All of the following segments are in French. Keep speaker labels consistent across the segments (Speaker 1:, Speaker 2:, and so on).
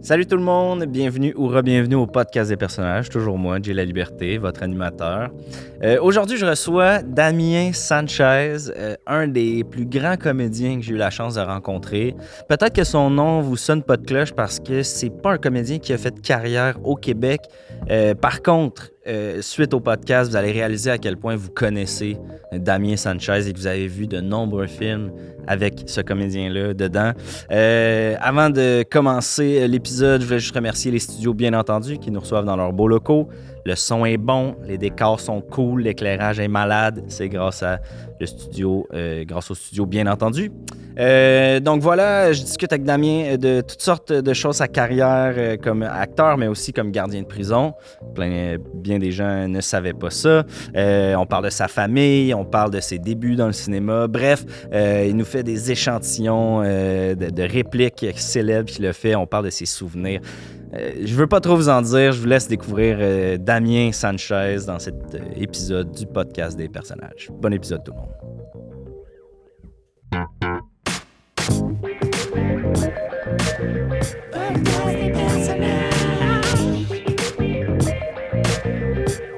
Speaker 1: Salut tout le monde, bienvenue ou re-bienvenue au podcast des personnages. Toujours moi, Jay La Liberté, votre animateur. Euh, Aujourd'hui, je reçois Damien Sanchez, euh, un des plus grands comédiens que j'ai eu la chance de rencontrer. Peut-être que son nom vous sonne pas de cloche parce que c'est pas un comédien qui a fait carrière au Québec. Euh, par contre, euh, suite au podcast, vous allez réaliser à quel point vous connaissez Damien Sanchez et que vous avez vu de nombreux films avec ce comédien-là dedans. Euh, avant de commencer l'épisode, je voulais juste remercier les studios, bien entendu, qui nous reçoivent dans leurs beaux locaux. Le son est bon, les décors sont cool, l'éclairage est malade. C'est grâce à le studio, euh, grâce au studio, bien entendu. Euh, donc voilà, je discute avec Damien de toutes sortes de choses, sa carrière euh, comme acteur, mais aussi comme gardien de prison. Plein- bien des gens ne savaient pas ça. Euh, on parle de sa famille, on parle de ses débuts dans le cinéma. Bref, euh, il nous fait des échantillons euh, de, de répliques célèbres qu'il a fait. On parle de ses souvenirs. Euh, je veux pas trop vous en dire. Je vous laisse découvrir euh, Damien Sanchez dans cet euh, épisode du podcast des personnages. Bon épisode tout le monde.
Speaker 2: Podcast des personnages.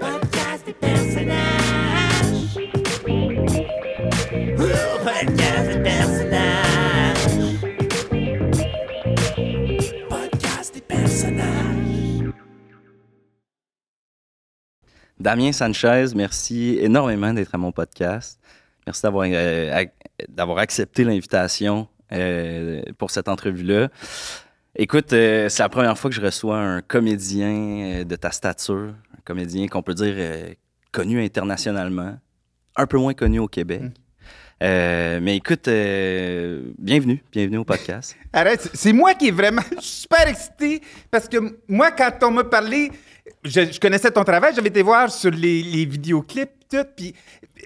Speaker 2: Podcast des personnages. Ouh, Podcast des personnages. Podcast des personnages.
Speaker 1: Damien Sanchez, merci énormément d'être à mon podcast. Merci d'avoir euh, ac- d'avoir accepté l'invitation euh, pour cette entrevue-là. Écoute, euh, c'est la première fois que je reçois un comédien euh, de ta stature, un comédien qu'on peut dire euh, connu internationalement, un peu moins connu au Québec. Euh, mais écoute, euh, bienvenue, bienvenue au podcast.
Speaker 3: Arrête, c'est- c'est moi qui est vraiment je suis super excité parce que moi, quand on m'a parlé, je, je connaissais ton travail, j'avais été voir sur les, les vidéoclips, tout, puis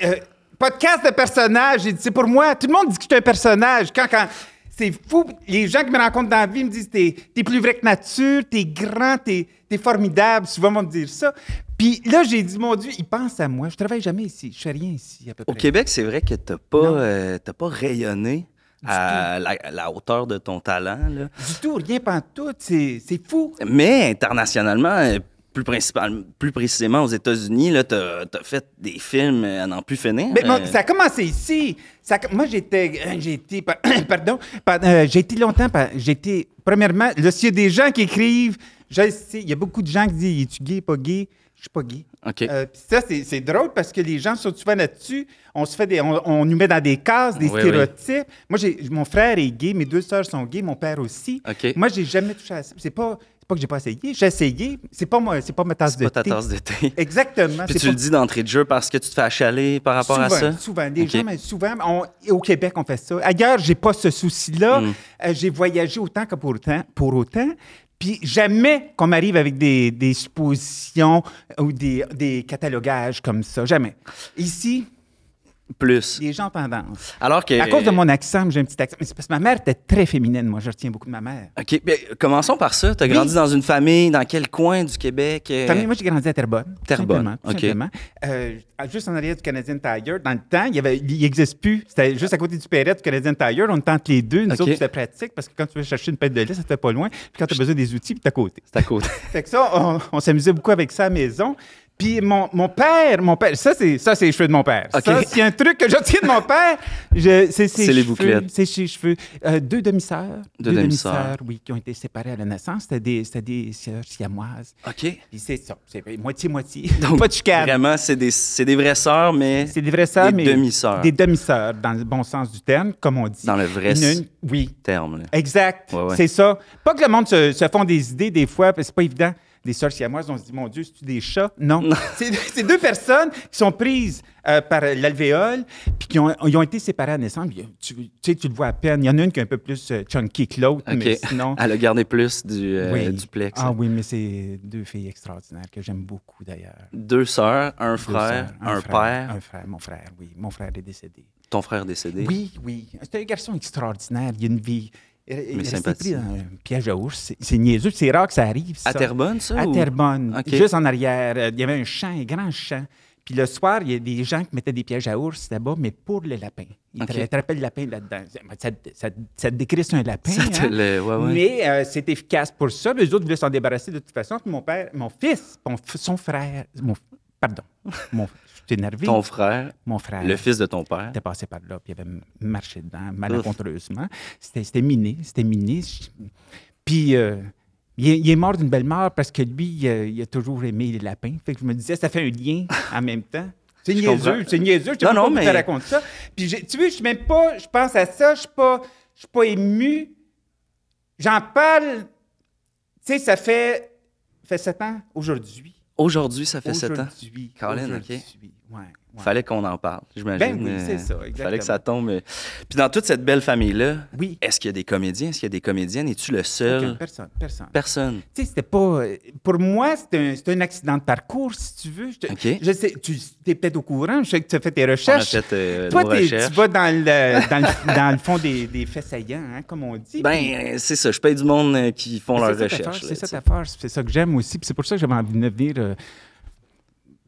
Speaker 3: euh, podcast de personnages, j'ai dit, c'est pour moi, tout le monde dit que je suis un personnage. Quand, quand, c'est fou, les gens qui me rencontrent dans la vie me disent, t'es t'es plus vrai que nature, t'es grand, t'es t'es formidable, souvent vont me dire ça. Puis là, j'ai dit, mon Dieu, ils pensent à moi, je travaille jamais ici, je fais rien ici, à peu
Speaker 1: Au
Speaker 3: près.
Speaker 1: Québec, c'est vrai que t'as pas, euh, t'as pas rayonné à la, la hauteur de ton talent. Là.
Speaker 3: Du tout, rien pantoute, c'est c'est fou.
Speaker 1: Mais internationalement, euh, plus, principal, plus précisément aux États-Unis, là, t'as, t'as fait des films euh, à n'en plus finir.
Speaker 3: Mais bon,
Speaker 1: Euh,
Speaker 3: ça a commencé ici. Ça a- moi, j'étais. euh, J'ai été. par- pardon. par- euh, j'ai été longtemps. par- J'ai été. Premièrement, là, s'il y a des gens qui écrivent, je le sais, il y a beaucoup de gens qui disent Es-tu gay, pas gay Je suis pas gay.
Speaker 1: OK.
Speaker 3: Euh, Puis ça, c'est c'est drôle parce que les gens sont souvent là-dessus. On se fait des, on, on nous met dans des cases, des
Speaker 1: Oui, oui.
Speaker 3: stéréotypes. Moi, j'ai- mon frère est gay, mes deux sœurs sont gays, mon père aussi.
Speaker 1: OK.
Speaker 3: Moi, j'ai jamais touché à ça. C'est pas, c'est pas que j'ai pas essayé. J'ai essayé. C'est pas moi, c'est pas ma tasse
Speaker 1: c'est
Speaker 3: de
Speaker 1: pas ta
Speaker 3: thé.
Speaker 1: tasse de thé.
Speaker 3: Exactement.
Speaker 1: Puis
Speaker 3: c'est
Speaker 1: tu
Speaker 3: pas-
Speaker 1: le dis d'entrée de jeu parce que tu te fais achaler par rapport
Speaker 3: souvent,
Speaker 1: à ça.
Speaker 3: Souvent, les
Speaker 1: OK.
Speaker 3: gens, mais souvent, on- et au Québec, on fait ça. Ailleurs, j'ai pas ce souci-là.
Speaker 1: Mm.
Speaker 3: Euh, j'ai voyagé autant que pour autant. Pour autant. Puis jamais qu'on m'arrive avec des, des suppositions euh, ou des, des catalogages comme ça. Jamais. Ici,
Speaker 1: Plus.
Speaker 3: les gens ont tendance.
Speaker 1: Alors que.
Speaker 3: À cause de mon accent, j'ai un petit accent. Mais c'est parce que ma mère était très féminine. Moi, je retiens beaucoup de ma mère.
Speaker 1: OK. ben, commençons par ça. T'as grandi dans une famille, dans quel coin du Québec? euh,
Speaker 3: Famille, moi, j'ai grandi à Terrebonne. tout
Speaker 1: Terrebonne,
Speaker 3: simplement, tout
Speaker 1: ok.
Speaker 3: simplement. Euh, juste en arrière du Canadian Tire. Dans le temps, il y avait- il n'existe plus. C'était juste à côté du Perret du Canadian Tire. On tente les deux. Nous
Speaker 1: Ok.
Speaker 3: autres, c'était pratique parce que quand tu veux chercher une pelle de lait, ça te fait pas loin. Puis quand tu as besoin des outils, puis t'es à côté.
Speaker 1: C'est à côté.
Speaker 3: Fait que ça, on, on s'amusait beaucoup avec ça à la maison. Puis mon, mon père, mon père, ça c'est ça c'est les cheveux de mon père.
Speaker 1: Ok.
Speaker 3: Ça c'est un truc que je tiens de mon père. je- c'est ses
Speaker 1: C'est les
Speaker 3: cheveux,
Speaker 1: bouclettes.
Speaker 3: C'est ses cheveux. Euh, deux demi-sœurs.
Speaker 1: Deux demi-sœurs.
Speaker 3: oui, qui ont été séparées à la naissance. C'était des c'était des sœurs siamoises.
Speaker 1: OK.
Speaker 3: Puis c'est ça, c'est moitié-moitié.
Speaker 1: Donc,
Speaker 3: pas de chicane.
Speaker 1: Vraiment, c'est des, c'est des vraies sœurs, mais.
Speaker 3: C'est des vraies sœurs,
Speaker 1: Des
Speaker 3: mais.
Speaker 1: demi-sœurs.
Speaker 3: Des demi-sœurs, dans le bon sens du terme, comme on dit.
Speaker 1: Dans le vrai
Speaker 3: Une-
Speaker 1: s-
Speaker 3: une- oui,
Speaker 1: terme. là.
Speaker 3: exact.
Speaker 1: Ouais, ouais.
Speaker 3: C'est ça. Pas que le monde se, se font des idées des fois, parce que c'est pas évident. Des sœurs siamoises, on se dit, mon Dieu, c'est-tu des chats? Non. C'est c'est deux personnes qui sont prises euh, par l'alvéole, puis qui ont, ils ont été séparées à naissance. Puis, Tu, tu sais, tu le vois à peine. Il y en a une qui est un peu plus euh, chunky que l'autre,
Speaker 1: OK.
Speaker 3: mais sinon.
Speaker 1: Elle a gardé plus du, euh,
Speaker 3: oui.
Speaker 1: du plex.
Speaker 3: Ah oui, mais c'est deux filles extraordinaires que j'aime beaucoup d'ailleurs.
Speaker 1: Deux sœurs, un frère,
Speaker 3: sœurs,
Speaker 1: un,
Speaker 3: frère,
Speaker 1: père.
Speaker 3: Un frère, mon frère, oui. Mon frère est décédé.
Speaker 1: Ton frère décédé.
Speaker 3: Oui, oui. C'est un garçon extraordinaire. Il a une vie. Il est resté
Speaker 1: sympathique.
Speaker 3: pris dans un piège à ours. C'est- C'est niaiseux. C'est rare que ça arrive. ça.
Speaker 1: À Terrebonne, ça?
Speaker 3: À
Speaker 1: ou-
Speaker 3: Terrebonne.
Speaker 1: OK.
Speaker 3: Juste en arrière. euh, Il y avait un champ, un grand champ. Puis Puis le soir, il y a des gens qui mettaient des pièges à ours là-bas, mais pour le lapin. Ils
Speaker 1: OK.
Speaker 3: tra- attrapaient le lapin là-dedans. Ça, ça, ça te décrisse un lapin.
Speaker 1: Ça te
Speaker 3: hein?
Speaker 1: le- ouais, ouais.
Speaker 3: Mais euh, c'est efficace pour ça. Les autres voulaient s'en débarrasser de toute façon. Puis mon père, mon fils, mon f- son frère, mon, f- pardon, mon, je suis énervé.
Speaker 1: Ton frère,
Speaker 3: mon frère
Speaker 1: le fils de ton père.
Speaker 3: était passé par là, puis il avait marché dedans, malencontreusement. C'était c'était miné, c'était miné. Je- Puis euh, il, est, il est mort d'une belle mort parce que lui, il a, il a toujours aimé les lapins. Fait que je me disais, ça fait un lien en même temps. C'est
Speaker 1: Je comprends.
Speaker 3: niaiseux, c'est niaiseux. Je sais
Speaker 1: Non,
Speaker 3: pas
Speaker 1: non,
Speaker 3: pourquoi
Speaker 1: mais-
Speaker 3: je te raconte ça. Puis j'ai- tu vois, je suis même pas, je pense à ça, je suis pas, je suis pas ému. J'en parle, tu sais, ça fait, fait sept ans aujourd'hui.
Speaker 1: Aujourd'hui, ça fait sept ans.
Speaker 3: Aujourd'hui.
Speaker 1: Colin, OK.
Speaker 3: aujourd'hui. Ouais, ouais.
Speaker 1: Fallait qu'on en parle, j'imagine.
Speaker 3: Ben oui, c'est ça,
Speaker 1: Euh, Fallait
Speaker 3: exactement.
Speaker 1: que ça tombe. euh. Puis dans toute cette belle famille-là,
Speaker 3: Oui.
Speaker 1: est-ce qu'il y a des comédiens? Est-ce qu'il y a des comédiennes? Es-tu le seul?
Speaker 3: Aucune Personne, personne.
Speaker 1: Personne.
Speaker 3: Tu sais, c'était pas. euh, Pour moi, c'est un, c'est un accident de parcours, si tu veux. Je, te-
Speaker 1: OK.
Speaker 3: je sais, tu es peut-être au courant, je sais que tu as fait tes
Speaker 1: On a
Speaker 3: recherches.
Speaker 1: fait euh,
Speaker 3: Toi,
Speaker 1: nos
Speaker 3: t'es-
Speaker 1: recherches.
Speaker 3: tu vas dans le, dans le, dans le fond des, des faits saillants, hein, comme on dit. Puis-
Speaker 1: Ben, euh, c'est ça. Je paye du monde euh, qui font
Speaker 3: c'est
Speaker 1: leurs
Speaker 3: ça ta force,
Speaker 1: recherches. là,
Speaker 3: C'est ça
Speaker 1: tu sais.
Speaker 3: ta force, c'est ça que j'aime aussi. Puis c'est pour ça que j'avais envie de venir euh,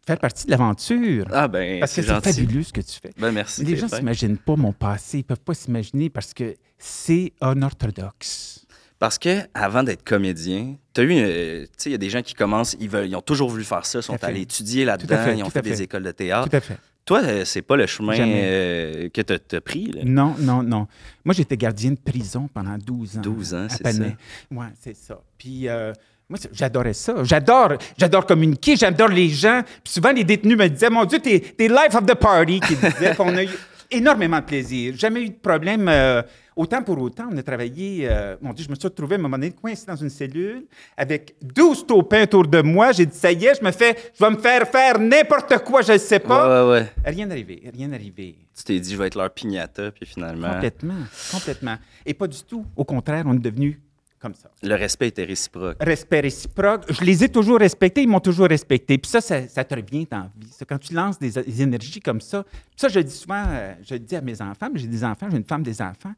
Speaker 3: faire partie de l'aventure.
Speaker 1: Ah ben,
Speaker 3: parce
Speaker 1: c'est
Speaker 3: que c'est
Speaker 1: gentil.
Speaker 3: fabuleux ce que tu fais.
Speaker 1: Ben merci.
Speaker 3: Les gens
Speaker 1: Théphane.
Speaker 3: s'imaginent pas mon passé, ils peuvent pas s'imaginer parce que c'est unorthodoxe.
Speaker 1: Parce que avant d'être comédien, t'as eu, euh, tu sais, il y a des gens qui commenissent, ils veulent, ils ont toujours voulu faire ça, sont
Speaker 3: fait.
Speaker 1: allés étudier
Speaker 3: Tout à
Speaker 1: là-dedans,
Speaker 3: fait,
Speaker 1: ils ont
Speaker 3: tout
Speaker 1: fait
Speaker 3: à
Speaker 1: des
Speaker 3: fait.
Speaker 1: écoles de théâtre.
Speaker 3: Tout à fait.
Speaker 1: Toi, euh, c'est pas le chemin
Speaker 3: Jamais.
Speaker 1: euh, que t'as t'as pris. là.
Speaker 3: Non, non, non. Moi, j'étais gardien de prison pendant 12 ans.
Speaker 1: 12 ans,
Speaker 3: à
Speaker 1: c'est
Speaker 3: Panay. Ouais, c'est ça. Puis, euh, moi, c'est- j'adorais ça. J'adore, j'adore communiquer, j'adore les gens. Puis souvent, les détenus me disaient, mon Dieu, t'es, t'es life of the party, qu'ils disaient. Puis on a eu énormément de plaisir. Jamais eu de problème. euh, autant pour autant, on a travaillé. euh, mon Dieu, je me suis retrouvé à un moment donné coincé dans une cellule avec 12 taupins autour de moi. J'ai dit, ça y est, je me fais, je vais me faire faire n'importe quoi, je ne sais
Speaker 1: Ouais,
Speaker 3: pas.
Speaker 1: ouais, ouais.
Speaker 3: Rien arrivé, rien arrivé.
Speaker 1: Tu t'es dit, je vais être leur pignata, puis finalement,
Speaker 3: Complètement, complètement. Et pas du tout. Au contraire, on est devenu comme ça.
Speaker 1: le respect était réciproque.
Speaker 3: Respect réciproque. Je les ai toujours respectés, ils m'ont toujours respecté. Puis ça, ça, ça te revient dans la vie. Ça, quand tu lances des, des énergies comme ça, ça, je le dis souvent, euh, je le dis à mes enfants, mais j'ai des enfants, j'ai une femme, des enfants.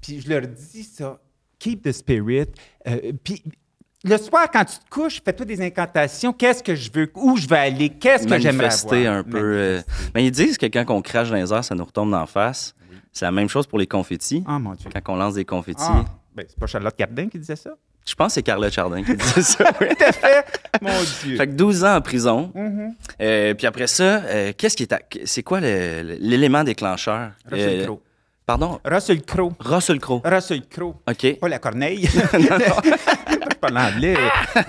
Speaker 3: Puis je leur dis ça, keep the spirit. Euh, puis le soir, quand tu te couches, fais-toi des incantations. Qu'est-ce que je veux? Où je vais aller? Qu'est-ce Euh, que j'aimerais avoir?
Speaker 1: Manifester un peu. euh,
Speaker 3: Manifester.
Speaker 1: Mais ils disent que quand on crache dans les airs, ça nous retombe d'en face. C'est la même chose pour les confettis.
Speaker 3: Ah, mon Dieu.
Speaker 1: Quand on lance des confettis,
Speaker 3: Ah, ben, c'est pas Charlotte Cardin qui disait ça?
Speaker 1: je pense que c'est Carla Chardin qui disait ça. oui.
Speaker 3: Tout à fait. Mon Dieu. Mm-hmm.
Speaker 1: Fait que 12 ans en prison. Euh, puis après ça, euh, qu'est-ce qui est. à- C'est quoi le- le- l'élément déclencheur?
Speaker 3: Russell
Speaker 1: Euh,
Speaker 3: Crowe. Euh,
Speaker 1: Pardon?
Speaker 3: Russell Crowe.
Speaker 1: Russell Crowe.
Speaker 3: Russell Crowe.
Speaker 1: OK.
Speaker 3: Pas la corneille. pas l'anglais,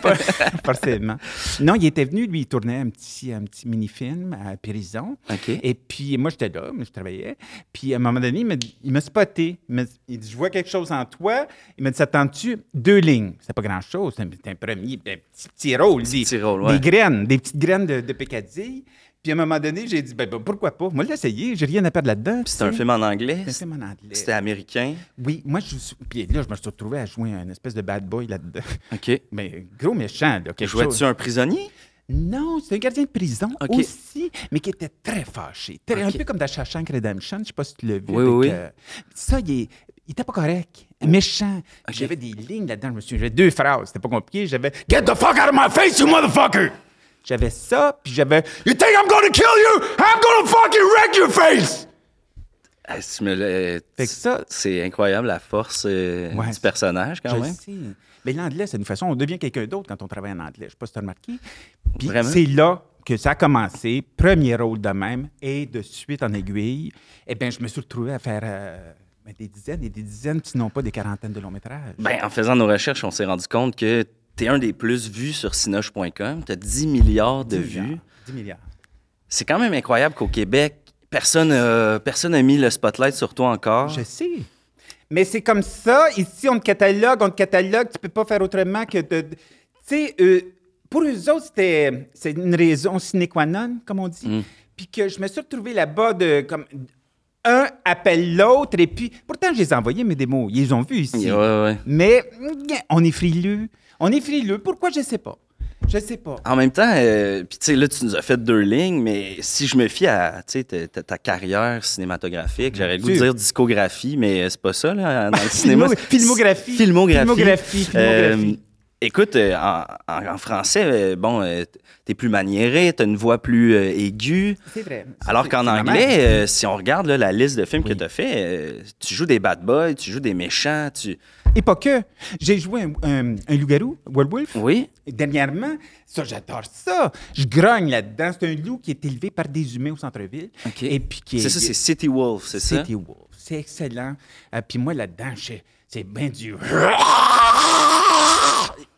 Speaker 3: pas- forcément. Non, il était venu, lui, il tournait un petit, un petit mini-film à Périson.
Speaker 1: OK.
Speaker 3: Et puis, moi, j'étais là, moi, je travaillais. Puis, à un moment donné, il m'a dit- il m'a spoté. Il m'a- il dit Je vois quelque chose en toi. Il m'a dit Ça te tente-tu Deux lignes. C'est pas grand-chose. C'est un- c'est un premier, un petit, petit rôle. Des,
Speaker 1: petit rôle, ouais.
Speaker 3: des graines, des petites graines de, de pécadilles. Puis, à un moment donné, j'ai dit ben, ben, Pourquoi pas Moi, l'essayer. J'ai rien à perdre là-dedans.
Speaker 1: C'est un film en anglais.
Speaker 3: C'est un film en anglais.
Speaker 1: C'était américain.
Speaker 3: Oui, moi, je suis. Puis là, je me suis retrouvé à jouer un espèce de bad boy là-dedans.
Speaker 1: OK.
Speaker 3: Mais gros méchant, là, quelque chose.
Speaker 1: Jouais-tu un prisonnier?
Speaker 3: Non, c'est un gardien de prison
Speaker 1: OK.
Speaker 3: aussi, mais qui était très fâché. Très- Un
Speaker 1: OK.
Speaker 3: peu comme dans Shawshank Redemption, je sais pas si tu l'as vu.
Speaker 1: Oui, oui,
Speaker 3: euh, ça, il, est- il était pas correct. Méchant. J'avais des lignes là-dedans, je me souviens. J'avais deux phrases, c'était pas compliqué. J'avais « Get the fuck out of my face, you motherfucker! » J'avais ça, puis j'avais « You think I'm gonna kill you? I'm gonna fucking wreck your face!
Speaker 1: Ah, tu me l'as-
Speaker 3: Fait que ça-
Speaker 1: C'est incroyable la force euh,
Speaker 3: Ouais.
Speaker 1: du personnage quand
Speaker 3: Je
Speaker 1: même.
Speaker 3: sais. Mais l'anglais, c'est une façon, on devient quelqu'un d'autre quand on travaille en anglais. Je ne sais pas si tu as remarqué. Puis
Speaker 1: Vraiment?
Speaker 3: c'est là que ça a commencé, premier rôle de même, et de suite en aiguille, eh bien, je me suis retrouvé à faire euh, ben, des dizaines et des dizaines, sinon pas des quarantaines de longs métrages.
Speaker 1: Ben, en faisant nos recherches, on s'est rendu compte que t'es un des plus vus sur cinoche.com. T'as 10 milliards de
Speaker 3: 10
Speaker 1: vues.
Speaker 3: milliards, 10 milliards.
Speaker 1: C'est quand même incroyable qu'au Québec, personne n'a personne a mis le spotlight sur toi encore.
Speaker 3: Je sais. Ah. Mais c'est comme ça. Ici, on te catalogue, on te catalogue. Tu peux pas faire autrement que de. de- Tu sais, euh, pour eux autres, c'était c'est une raison sine qua non, comme on dit.
Speaker 1: Mm.
Speaker 3: Puis que je me suis retrouvé là-bas de comme. Un appelle l'autre, et puis. Pourtant, je les ai envoyés mes démos. Ils les ont vus ici.
Speaker 1: Ouais, ouais.
Speaker 3: Mais mm, on est frileux. On est frileux. Pourquoi? Je sais pas. Je sais pas.
Speaker 1: En même temps, euh, puis tu sais, là, tu nous as fait deux lignes, mais si je me fie à tu sais, ta, ta- ta carrière cinématographique, j'aurais le goût de
Speaker 3: Sûr.
Speaker 1: dire discographie, mais euh, c'est pas ça, là, dans le cinéma.
Speaker 3: Filmo- filmographie.
Speaker 1: Filmographie. Euh,
Speaker 3: Filmographie, filmographie.
Speaker 1: Écoute, euh, en, en- en français, euh, bon, euh, t'es plus maniéré, t'as une voix plus euh, aiguë.
Speaker 3: C'est vrai.
Speaker 1: Alors qu'en
Speaker 3: C'est ma mère.
Speaker 1: anglais, euh, si on regarde là, la liste de films que
Speaker 4: Oui.
Speaker 1: t'as fait, euh, tu joues des bad boys, tu joues des méchants, tu.
Speaker 3: Et pas que. J'ai joué un, un- un loup-garou, Werewolf,
Speaker 1: Oui.
Speaker 3: dernièrement. Ça, j'adore ça. Je grogne là-dedans. C'est un loup qui est élevé par des humains au centre-ville.
Speaker 1: OK.
Speaker 3: Et puis qui est-
Speaker 1: C'est ça, c'est City Wolf, c'est ça?
Speaker 3: City Wolf. C'est excellent. Euh, puis moi, là-dedans, je- c'est bien du...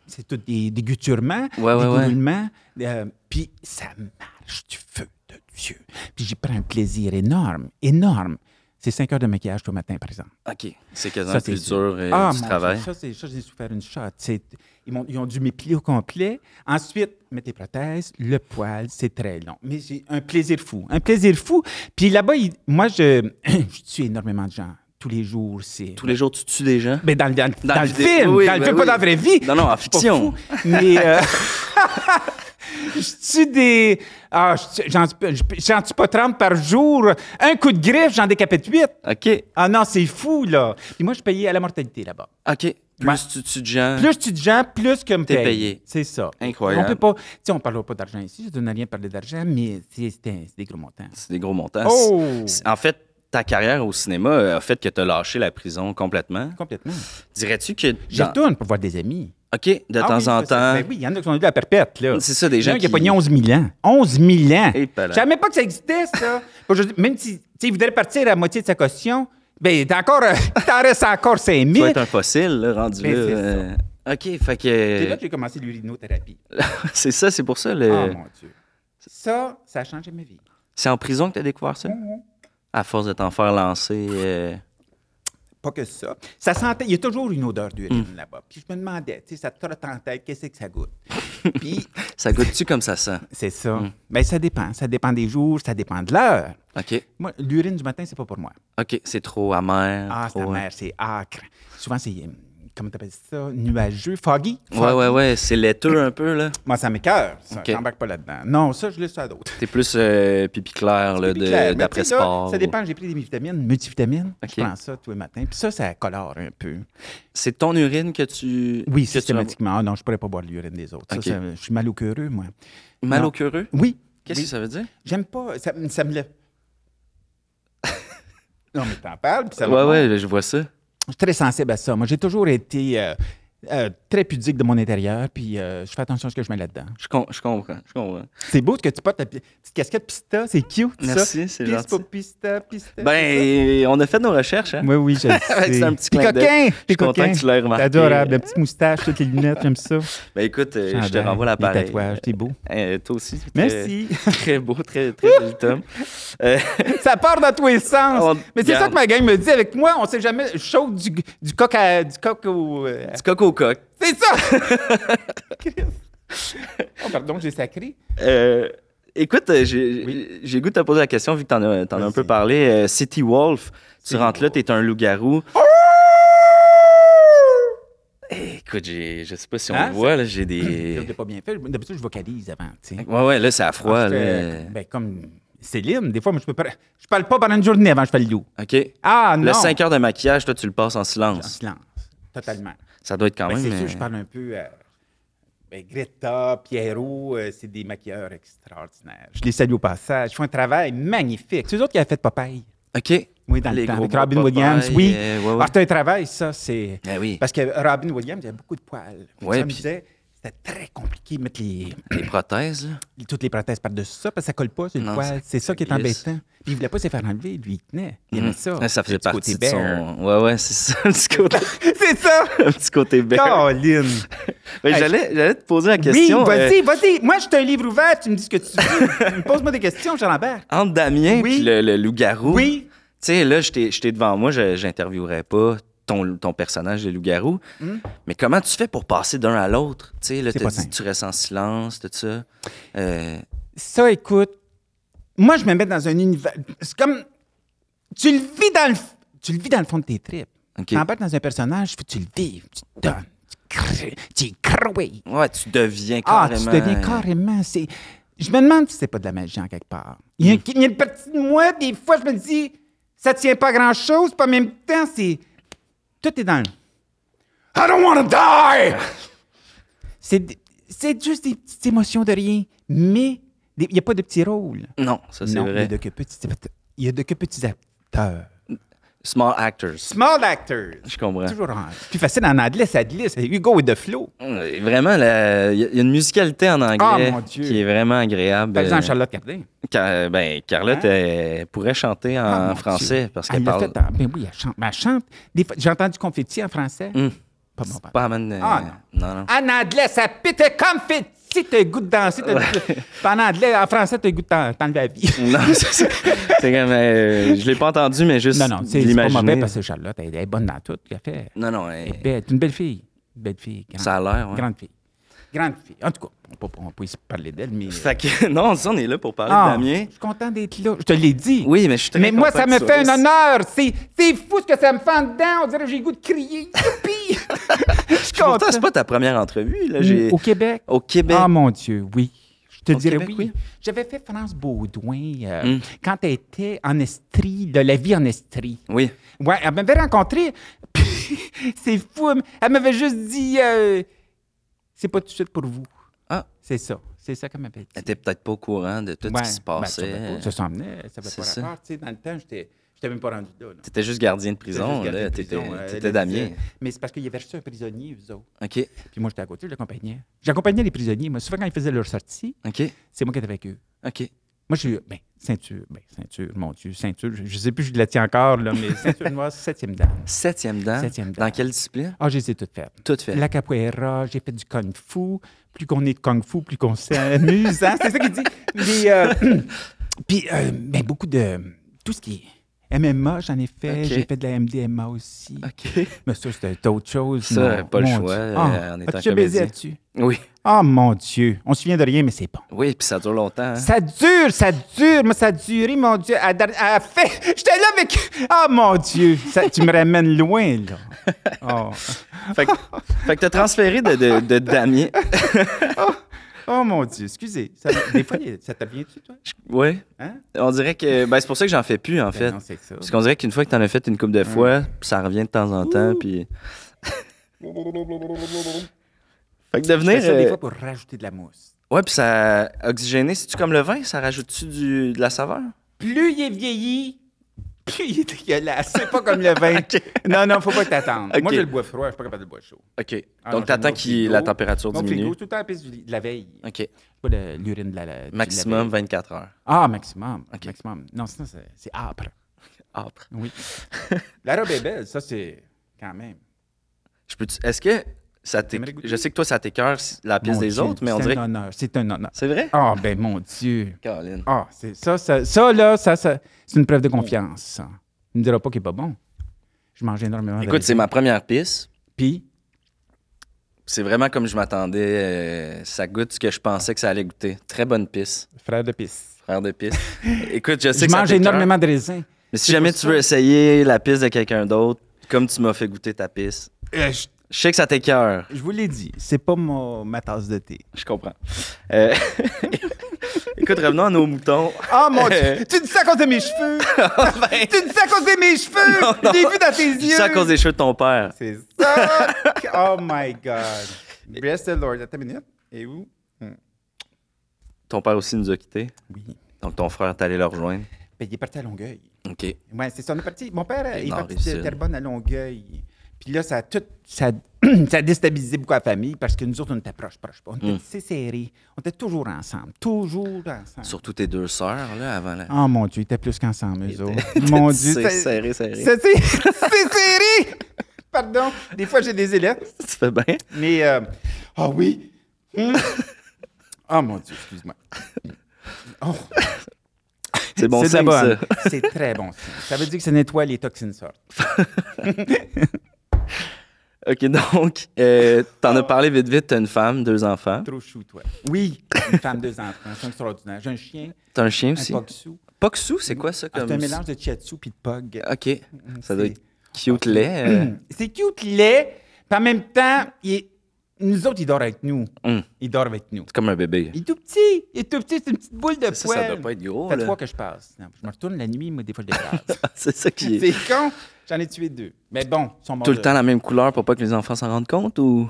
Speaker 3: C'est tout des, des gutturements,
Speaker 1: Ouais, ouais,
Speaker 3: des
Speaker 1: ouais.
Speaker 3: gouloulements. Euh, puis ça marche du feu de Dieu. Puis j'y prends un plaisir énorme, énorme. C'est 5 heures de maquillage tout matin, par exemple.
Speaker 1: OK. C'est quasiment
Speaker 3: Ça, c'est
Speaker 1: plus dur euh,
Speaker 3: Ah,
Speaker 1: du
Speaker 3: mon
Speaker 1: travail.
Speaker 3: Dieu, Ça, c'est ça, j'ai souffert une shot. C'est- Ils, m'ont- ils ont dû m'épiler au complet. Ensuite, mets tes prothèses, le poil, c'est très long. Mais j'ai un plaisir fou. Un plaisir fou. Puis là-bas, il- moi, je, je tue énormément de gens. Tous les jours, c'est.
Speaker 1: Tous les jours, tu tues des gens?
Speaker 3: Mais dans, le- dans,
Speaker 1: Dans
Speaker 3: dans le
Speaker 1: le vidéo,
Speaker 3: film,
Speaker 1: oui,
Speaker 3: dans le
Speaker 1: ben
Speaker 3: film,
Speaker 1: oui.
Speaker 3: pas dans la vraie vie.
Speaker 1: Non, non, en
Speaker 3: Je suis pas
Speaker 1: fiction.
Speaker 3: fou, Mais euh, je tue des. Ah, je tue- j'en tue- j'en tue pas 30 par jour. Un coup de griffe, j'en décapite 8.
Speaker 1: OK.
Speaker 3: Ah non, c'est fou, là. Puis moi, je payais à la mortalité là-bas.
Speaker 1: OK. Plus
Speaker 3: Ouais.
Speaker 1: tu tues de gens.
Speaker 3: Plus tu te gens, plus que me
Speaker 1: T'es
Speaker 3: paye.
Speaker 1: payé.
Speaker 3: C'est ça.
Speaker 1: Incroyable.
Speaker 3: On peut pas. Tu sais, on parlera pas d'argent ici. Je ne rien parler d'argent, mais c'est c'est un- c'est des gros montants.
Speaker 1: C'est des gros montants.
Speaker 3: Oh!
Speaker 1: C'est- c'est- En fait, ta carrière au cinéma euh, a fait que tu as lâché la prison complètement.
Speaker 3: Complètement.
Speaker 1: Dirais-tu que.
Speaker 3: J'y
Speaker 1: dans-
Speaker 3: retourne pour voir des amis.
Speaker 1: OK, de
Speaker 3: Ah
Speaker 1: temps
Speaker 3: oui,
Speaker 1: en
Speaker 3: ça, ça-
Speaker 1: temps.
Speaker 3: ben oui, il y en a qui sont allés à la perpète, là.
Speaker 1: C'est ça, des
Speaker 3: Il y en a
Speaker 1: gens
Speaker 3: un qui a
Speaker 1: qui-
Speaker 3: pogné 11 000 ans. 11 000 ans.
Speaker 1: Et pas
Speaker 3: Je
Speaker 1: là.
Speaker 3: savais même pas que ça existait, ça. Puis aujourd'hui, même si, tu sais, il voudrait partir à moitié de sa caution, ben, t'as encore, t'en restes encore 5
Speaker 1: Tu vas
Speaker 3: 000.
Speaker 1: être un fossile, là, rendu
Speaker 3: Ben,
Speaker 1: là.
Speaker 3: c'est
Speaker 1: euh, OK, fait
Speaker 3: C'est là
Speaker 1: que.
Speaker 3: que j'ai commencé l'urinothérapie.
Speaker 1: Euh, c'est ça, c'est pour ça. le-
Speaker 3: Ah, mon Dieu. Ça, ça a changé ma vie.
Speaker 1: C'est en prison que tu as découvert ça?
Speaker 3: Mm-hmm.
Speaker 1: À force de t'en faire lancer. euh,
Speaker 3: Pas que ça. Ça sentait, il y a toujours une odeur d'urine
Speaker 1: Mm.
Speaker 3: là-bas. Puis je me demandais, tu sais, ça te trotte en tête, qu'est-ce que ça goûte? Puis
Speaker 1: Ça goûte-tu comme ça sent?
Speaker 3: c'est ça.
Speaker 1: Mm.
Speaker 3: Mais ça dépend. Ça dépend des jours, ça dépend de l'heure.
Speaker 1: OK.
Speaker 3: Moi, l'urine du matin, c'est pas pour moi.
Speaker 1: OK, c'est trop amer.
Speaker 3: Ah, c'est
Speaker 1: trop...
Speaker 3: amer, c'est acre. Souvent, c'est, euh, comment t'appelles ça, nuageux, foggy.
Speaker 1: Ouais, ouais, ouais, c'est laiteux un peu, là.
Speaker 3: Moi, ça m'écoeure. Ça,
Speaker 1: OK.
Speaker 3: J'embarque pas là-dedans. Non, ça, je laisse ça à d'autres.
Speaker 1: T'es plus euh, pipi clair, là,
Speaker 3: Puis
Speaker 1: de-
Speaker 3: clair, mais tu sais, là,
Speaker 1: d'après-sport.
Speaker 3: Ça
Speaker 1: ou-
Speaker 3: dépend, j'ai pris des vitamines, multivitamines.
Speaker 1: OK.
Speaker 3: Je prends ça tous les matins. Puis ça, ça colore un peu.
Speaker 1: C'est ton urine que tu.
Speaker 3: Oui,
Speaker 1: que tu
Speaker 3: systématiquement. Ah non, je pourrais pas boire de l'urine des autres. Ça,
Speaker 1: OK.
Speaker 3: ça, je suis mal au cœureux, moi.
Speaker 1: as- Mal
Speaker 3: Non.
Speaker 1: au cœureux?
Speaker 3: Oui.
Speaker 1: Qu'est-ce
Speaker 3: Oui.
Speaker 1: que ça veut dire?
Speaker 3: J'aime pas. Ça, me- ça me lève. non, mais t'en parles. Puis ça
Speaker 1: Ouais, ouais, je vois ça.
Speaker 3: Je suis très sensible à ça. Moi, j'ai toujours été euh, euh, très pudique de mon intérieur, puis euh, je fais attention à ce que je mets là-dedans.
Speaker 1: Je, com- je comprends. Je comprends.
Speaker 3: C'est beau ce que tu portes, ta pi- petite casquette pista, c'est cute.
Speaker 1: Merci,
Speaker 3: ça.
Speaker 1: c'est
Speaker 3: Pis-
Speaker 1: gentil.
Speaker 3: pas Pista, pista.
Speaker 1: Ben, on a fait nos recherches, hein?
Speaker 3: pista. Oui, oui, je le sais.
Speaker 1: C'est un petit
Speaker 3: T'es
Speaker 1: clin d'œil.
Speaker 3: coquin!
Speaker 1: Je
Speaker 3: T'es
Speaker 1: suis content
Speaker 3: coquin.
Speaker 1: que tu l'aies remarqué.
Speaker 3: T'es adorable, la petite moustache, toutes les lunettes, j'aime ça.
Speaker 1: Ben, écoute, euh, je te
Speaker 3: Chandail,
Speaker 1: renvoie
Speaker 3: les
Speaker 1: l'appareil.
Speaker 3: tatouages, t'es beau.
Speaker 1: Euh, toi aussi. t'es très-
Speaker 3: Merci.
Speaker 1: Très beau, très, très joli, Tom. Euh,
Speaker 3: ça part dans tous les sens.
Speaker 1: On-
Speaker 3: Mais c'est ça
Speaker 1: Garde.
Speaker 3: que ma gang me dit avec moi, on sait jamais, je saute du, du coq à- du coq au... euh,
Speaker 1: du coq au coq.
Speaker 3: C'est ça! Chris. oh, pardon, j'ai sacré.
Speaker 1: Euh, écoute, euh, j'ai j'ai goût de te poser la question, vu que t'en as, t'en as un peu parlé. Euh, City Wolf, tu rentres là, t'es un loup-garou. Eh, écoute, j'ai- je sais pas si on
Speaker 3: Hein,
Speaker 1: le voit, là, j'ai
Speaker 3: Je
Speaker 1: des...
Speaker 3: l'ai pas bien fait. D'habitude, je vocalise avant, tu sais.
Speaker 1: Ouais, ouais, là, c'est à froid,
Speaker 3: Ah, je
Speaker 1: là.
Speaker 3: fais- Ben, comme Céline, des fois, moi, je peux pas... Je parle pas pendant une journée avant que je fais le loup.
Speaker 1: OK.
Speaker 3: Ah, non!
Speaker 1: Le 5 heures de maquillage, toi, tu le passes en
Speaker 3: En
Speaker 1: silence.
Speaker 3: silence, totalement.
Speaker 1: Ça doit être quand
Speaker 3: Ben,
Speaker 1: même...
Speaker 3: c'est sûr,
Speaker 1: euh,
Speaker 3: je parle un peu... à ben, Greta, Pierrot, euh, c'est des maquilleurs extraordinaires. Je les salue au passage. Ils font un travail magnifique. C'est eux autres qui avaient fait Popeye.
Speaker 1: euh, OK.
Speaker 3: Oui, dans le
Speaker 1: Les
Speaker 3: temps,
Speaker 1: gros
Speaker 3: avec Robin
Speaker 1: bras
Speaker 3: Williams,
Speaker 1: Popeye,
Speaker 3: oui.
Speaker 1: euh, ouais, ouais.
Speaker 3: Ah, c'est un travail, ça, c'est...
Speaker 1: Ah oui.
Speaker 3: Parce que Robin Williams, il avait beaucoup de poils. Puis
Speaker 1: Ouais,
Speaker 3: ça, on me
Speaker 1: puis-
Speaker 3: disait, c'était très compliqué de mettre les,
Speaker 1: Les prothèses, là.
Speaker 3: les- toutes les prothèses par-dessus ça, parce que ça colle pas sur le
Speaker 1: Non,
Speaker 3: poil.
Speaker 1: ça-
Speaker 3: C'est ça
Speaker 1: ça
Speaker 3: qui est
Speaker 1: glisse.
Speaker 3: embêtant. Puis il voulait pas se faire enlever, lui, il tenait. Il aimait ça.
Speaker 1: Ouais, Mhm. Ça faisait
Speaker 3: Le petit côté
Speaker 1: partie de
Speaker 3: bear.
Speaker 1: son... Ouais, ouais, c'est ça, un petit côté,
Speaker 3: C'est ça!
Speaker 1: un petit côté bear.
Speaker 3: Caroline!
Speaker 1: Ben,
Speaker 3: Hey,
Speaker 1: J'allais j'allais te poser la
Speaker 3: Oui,
Speaker 1: question. euh,
Speaker 3: vas-y, vas-y! Moi, je suis un livre ouvert, tu me dis ce que tu veux. Pose-moi des questions, Jean-Lambert.
Speaker 1: Entre Damien et
Speaker 3: Oui.
Speaker 1: le, le loup-garou.
Speaker 3: Oui.
Speaker 1: Tu sais, là, j'étais j'étais devant moi, je- j'interviewerais pas ton, ton personnage de loup-garou. Mais comment tu fais pour passer d'un à l'autre? Tu sais, là,
Speaker 3: Hmm. C'est
Speaker 1: t'as
Speaker 3: pas
Speaker 1: dit
Speaker 3: simple.
Speaker 1: tu restes en silence, tout ça. Euh,
Speaker 3: Ça, écoute, moi, je me mets dans un univers. C'est comme. Tu le vis dans le, f- tu le vis dans le fond de tes tripes.
Speaker 1: OK.
Speaker 3: T'embarques dans un personnage, faut que tu le vives, tu te donnes, tu crées, tu y crois.
Speaker 1: ouais, tu deviens
Speaker 3: Ah,
Speaker 1: carrément...
Speaker 3: tu deviens carrément. C'est... Je me demande si c'est pas de la magie en quelque part. Il y, a,
Speaker 1: Hmm.
Speaker 3: il y a une partie de moi, des fois, je me dis, ça tient pas à grand-chose, puis en même temps, c'est. Tout est dans le. I don't want to die! C'est d- c'est juste des petites émotions de rien, mais des- il n'y a pas de petits rôles.
Speaker 1: Non, ça c'est
Speaker 3: Non, il y a
Speaker 1: vrai.
Speaker 3: de que petits- il n'y a de que petits acteurs.
Speaker 1: Small actors.
Speaker 3: Small actors.
Speaker 1: Je comprends.
Speaker 3: Toujours en... Plus facile en anglais, ça glisse. Hugo et de Flo.
Speaker 1: Euh, Vraiment, la- il y a il y a une musicalité en anglais
Speaker 3: Ah, mon Dieu.
Speaker 1: qui est vraiment agréable.
Speaker 3: Par exemple,
Speaker 1: Euh,
Speaker 3: Charlotte Cardin.
Speaker 1: Car- ben, Carlotte
Speaker 3: Hein?
Speaker 1: elle pourrait chanter en
Speaker 3: Ah, mon
Speaker 1: français
Speaker 3: Dieu.
Speaker 1: parce
Speaker 3: Elle
Speaker 1: qu'elle
Speaker 3: l'a
Speaker 1: parle
Speaker 3: fait en- Ben oui, elle chante. mais elle chante. Des fois- J'ai entendu confetti en français.
Speaker 1: Hum.
Speaker 3: Pas bon. pas bon.
Speaker 1: pas man, euh,
Speaker 3: Ah,
Speaker 1: non, non.
Speaker 3: En anglais, ça pite confetti. T'as le goût de danser. t'as le goût de- En anglais, en français, t'as le goût de t'en- t'enlever la vie.
Speaker 1: Non, c'est ça. C'est comme euh, je l'ai pas entendu mais juste
Speaker 3: Non, non, c'est c'est pas mauvais
Speaker 1: l'imaginer.
Speaker 3: parce que Charlotte, elle elle est bonne dans tout. Elle fait.
Speaker 1: Non non, elle-
Speaker 3: Elle est belle. C'est une belle fille. Belle fille. grande-
Speaker 1: ça a l'air. ouais.
Speaker 3: Grande fille. Grande fille. En tout cas, on peut, on peut se parler d'elle, mais.
Speaker 1: Fait que non, ça on est là pour parler
Speaker 3: Ah,
Speaker 1: de Damien.
Speaker 3: Je suis content d'être là. Je te l'ai dit.
Speaker 1: Oui, mais je suis très
Speaker 3: Mais moi,
Speaker 1: content
Speaker 3: ça
Speaker 1: que
Speaker 3: me
Speaker 1: tu
Speaker 3: fait
Speaker 1: sois
Speaker 3: un
Speaker 1: là.
Speaker 3: honneur. C'est c'est fou ce que ça me fait en dedans. On dirait que j'ai le goût de crier. Youpi! Je suis
Speaker 1: Pourtant, c'est
Speaker 3: content.
Speaker 1: pas ta première entrevue là, j'ai
Speaker 3: Au Québec.
Speaker 1: au Québec.
Speaker 3: Ah, mon Dieu, oui. Je te
Speaker 1: Au
Speaker 3: dirais
Speaker 1: Québec,
Speaker 3: oui.
Speaker 1: oui.
Speaker 3: J'avais fait France Baudouin euh,
Speaker 1: Mm.
Speaker 3: quand elle était en Estrie, de la vie en Estrie.
Speaker 1: Oui.
Speaker 3: Ouais, elle m'avait rencontré. puis c'est fou. hein. Elle m'avait juste dit euh, c'est pas tout de suite pour vous.
Speaker 1: Ah.
Speaker 3: C'est ça. C'est ça qu'elle m'avait dit.
Speaker 1: Elle était peut-être pas au courant de tout
Speaker 3: Ouais,
Speaker 1: ce qui se
Speaker 3: ben,
Speaker 1: passait.
Speaker 3: ça s'en- ça s'en venait, ça avait
Speaker 1: C'est
Speaker 3: pas
Speaker 1: ça.
Speaker 3: rapport. Tu sais, dans le temps, j'étais j'étais même pas rendu là. là.
Speaker 1: T'étais juste gardien de prison,
Speaker 3: J'étais juste
Speaker 1: là.
Speaker 3: gardien de
Speaker 1: T'étais
Speaker 3: prison, euh,
Speaker 1: t'étais
Speaker 3: elle
Speaker 1: Damien.
Speaker 3: disait. Mais c'est parce qu'il y avait reçu un prisonnier, eux autres.
Speaker 1: OK.
Speaker 3: Puis moi, j'étais à côté, je l'accompagnais. J'accompagnais les prisonniers. Moi, souvent, quand ils faisaient leur sortie,
Speaker 1: OK.
Speaker 3: c'est moi qui étais avec eux.
Speaker 1: OK.
Speaker 3: Moi, j'ai eu, ben, ceinture, ben, ceinture, mon Dieu, ceinture. Je, je sais plus, je la tiens encore, là, mais ceinture noire, septième dame.
Speaker 1: Septième dent.
Speaker 3: Septième dent.
Speaker 1: Dans quelle discipline?
Speaker 3: Ah, je les ai toutes faites.
Speaker 1: Tout fait.
Speaker 3: La capoeira, j'ai fait du kung fu. Plus qu'on est de kung fu, plus qu'on s'amuse. hein? C'est ça qu'il dit. Les, euh, Puis, euh, ben, beaucoup de. Tout ce qui est MMA, j'en ai fait.
Speaker 1: Ok.
Speaker 3: J'ai fait de la MDMA aussi.
Speaker 1: OK.
Speaker 3: Mais ça, c'était autre chose.
Speaker 1: Ça,
Speaker 3: mon-
Speaker 1: pas le
Speaker 3: mon
Speaker 1: choix,
Speaker 3: Dieu. Ah,
Speaker 1: euh, en étant
Speaker 3: as-tu déjà baisé
Speaker 1: comédien.
Speaker 3: là-dessus?
Speaker 1: Oui.
Speaker 3: Ah, mon Dieu. On se souvient de rien, mais c'est bon.
Speaker 1: Oui, puis ça dure longtemps. hein.
Speaker 3: Ça dure, ça dure. Moi, ça a duré, mon Dieu. À, dar- à la fin, j'étais là avec. Ah, mon Dieu. Ça, tu me ramènes loin, là. Oh,
Speaker 1: Fait que, fait que t'as transféré de, de, de Damien.
Speaker 3: Oh, mon Dieu. Excusez. Ça- des fois, il y a- ça te vient-tu, toi?
Speaker 1: Oui.
Speaker 3: Hein?
Speaker 1: On dirait que. Ben, c'est pour ça que j'en fais plus, en fait.
Speaker 3: Ben non, c'est ça.
Speaker 1: Parce qu'on dirait qu'une fois que t'en as fait une coupe de fois, ça revient de temps en temps, puis. fait que
Speaker 3: Je fais
Speaker 1: devenir.
Speaker 3: ça des
Speaker 1: euh,
Speaker 3: fois pour rajouter de la mousse.
Speaker 1: Ouais, puis ça. Oxygéné, c'est-tu comme le vin? Ça rajoute-tu du- de la saveur?
Speaker 3: Plus il est vieilli, plus il est dégueulasse. C'est pas comme le vin. Non, non, faut pas que t'attendes. Moi,
Speaker 1: Ok.
Speaker 3: je le bois froid. Je suis pas capable de le boire chaud.
Speaker 1: OK.
Speaker 3: Ah non,
Speaker 1: Donc, t'attends
Speaker 3: j'ai mon
Speaker 1: que
Speaker 3: frigo.
Speaker 1: la température
Speaker 3: Mon
Speaker 1: diminue.
Speaker 3: frigo, tout le temps, pisse du- de la veille.
Speaker 1: OK.
Speaker 3: Pas de- l'urine de la- la. de la
Speaker 1: Maximum
Speaker 3: veille.
Speaker 1: 24 heures.
Speaker 3: Ah, maximum.
Speaker 1: Ok.
Speaker 3: Maximum. Non, sinon, c'est c'est âpre.
Speaker 1: Âpre.
Speaker 3: Oui. La robe est belle, ça c'est quand même.
Speaker 1: Je peux. Est-ce que ça t'é-
Speaker 3: T'aimerais goûter?
Speaker 1: Je sais que toi, ça t'écoeure la piste
Speaker 3: Mon
Speaker 1: des
Speaker 3: Dieu,
Speaker 1: autres, mais on dirait.
Speaker 3: C'est un
Speaker 1: que-
Speaker 3: honneur, c'est un honneur.
Speaker 1: C'est vrai?
Speaker 3: Ah ben mon Dieu.
Speaker 1: Caroline.
Speaker 3: Ah, c'est ça, ça, ça là, ça, ça c'est une preuve de confiance. Ça. Il me dira pas qu'il est pas bon. Je mange énormément.
Speaker 1: Écoute, c'est ma première piste.
Speaker 3: Puis,
Speaker 1: C'est vraiment comme je m'attendais. euh, ça goûte ce que je pensais que ça allait goûter. Très bonne piste,
Speaker 3: frère de pisse.
Speaker 1: frère de piste. Écoute, je sais
Speaker 3: Je
Speaker 1: que ça
Speaker 3: mange
Speaker 1: t'écoeure,
Speaker 3: énormément de raisins.
Speaker 1: Mais si jamais
Speaker 3: pour
Speaker 1: tu veux essayer la piste de quelqu'un d'autre, comme tu m'as fait goûter ta piste,
Speaker 3: Euh, je,
Speaker 1: je sais que ça t'écœure.
Speaker 3: je vous l'ai dit, c'est pas mon- ma tasse de thé.
Speaker 1: Je comprends. Euh, Écoute, revenons à nos moutons.
Speaker 3: Ah mon
Speaker 1: Eh.
Speaker 3: Dieu, tu dis ça à cause de mes cheveux.
Speaker 1: Ah,
Speaker 3: tu dis ça à cause de mes cheveux. Je l'ai vu dans tes
Speaker 1: ben. Je dis
Speaker 3: yeux.
Speaker 1: ça à cause des cheveux de ton père.
Speaker 3: C'est ça! oh my God! Bless the Lord. Attends une minute. Et où?
Speaker 1: Ton père aussi nous a quittés.
Speaker 3: Oui.
Speaker 1: Donc ton frère, t'allais le rejoindre.
Speaker 3: Ben, il est parti à Longueuil.
Speaker 1: OK.
Speaker 3: Ouais, c'est ça. On est parti. Mon père euh,
Speaker 1: Il est
Speaker 3: est
Speaker 1: mort
Speaker 3: parti
Speaker 1: ici.
Speaker 3: de Terrebonne à Longueuil. Puis là, ça a tout. Ça, ça a déstabilisé beaucoup la famille parce que nous autres, on était proches, proches. On était
Speaker 1: Mm.
Speaker 3: assez serrés. On était toujours ensemble. Toujours ensemble.
Speaker 1: Surtout tes deux sœurs, là, avant la.
Speaker 3: Oh mon Dieu, ils étaient plus qu'ensemble, eux autres. Mon Dieu,
Speaker 1: C'est
Speaker 3: c'est-
Speaker 1: serré, serré.
Speaker 3: c'est c'est- c'est serré! Pardon. Des fois, j'ai des élèves.
Speaker 1: Tu fais bien.
Speaker 3: Mais, euh, ah oui. Hmm. Ah mon Dieu, excuse-moi. Oh,
Speaker 1: C'est bon
Speaker 3: de la
Speaker 1: signe, ça.
Speaker 3: bonne. C'est très bon signe. Ça veut dire que ça nettoie les toxines sortent.
Speaker 1: OK, donc, euh, t'en as parlé vite, vite. T'as une femme, deux enfants.
Speaker 3: Trop chou, toi. Oui, une femme, deux enfants, c'est extraordinaire. J'ai un chien,
Speaker 1: T'as un chien
Speaker 3: un
Speaker 1: aussi.
Speaker 3: poxou.
Speaker 1: Poxou, c'est quoi ça
Speaker 3: Ah,
Speaker 1: comme.
Speaker 3: c'est un mélange de chiatsu puis de pug.
Speaker 1: OK. Ça doit être cute
Speaker 3: C'est-
Speaker 1: lait. euh.
Speaker 3: Hmm. C'est cute, laid, puis en même temps, il est- nous autres, il dort avec nous.
Speaker 1: Hum,
Speaker 3: Il dort avec nous.
Speaker 1: C'est comme un bébé.
Speaker 3: Il est tout petit, il est tout petit, c'est une petite boule de poil.
Speaker 1: Ça, ça doit pas être gros,
Speaker 3: Ça fait
Speaker 1: là.
Speaker 3: trois que je passe. Non, je me retourne la nuit, moi, des fois, je les passe.
Speaker 1: Ah, C'est ça qui est.
Speaker 3: C'est con. J'en ai tué deux. Mais bon, ils sont morts.
Speaker 1: Tout le
Speaker 3: de-
Speaker 1: temps la même couleur pour pas que les enfants s'en rendent compte ou.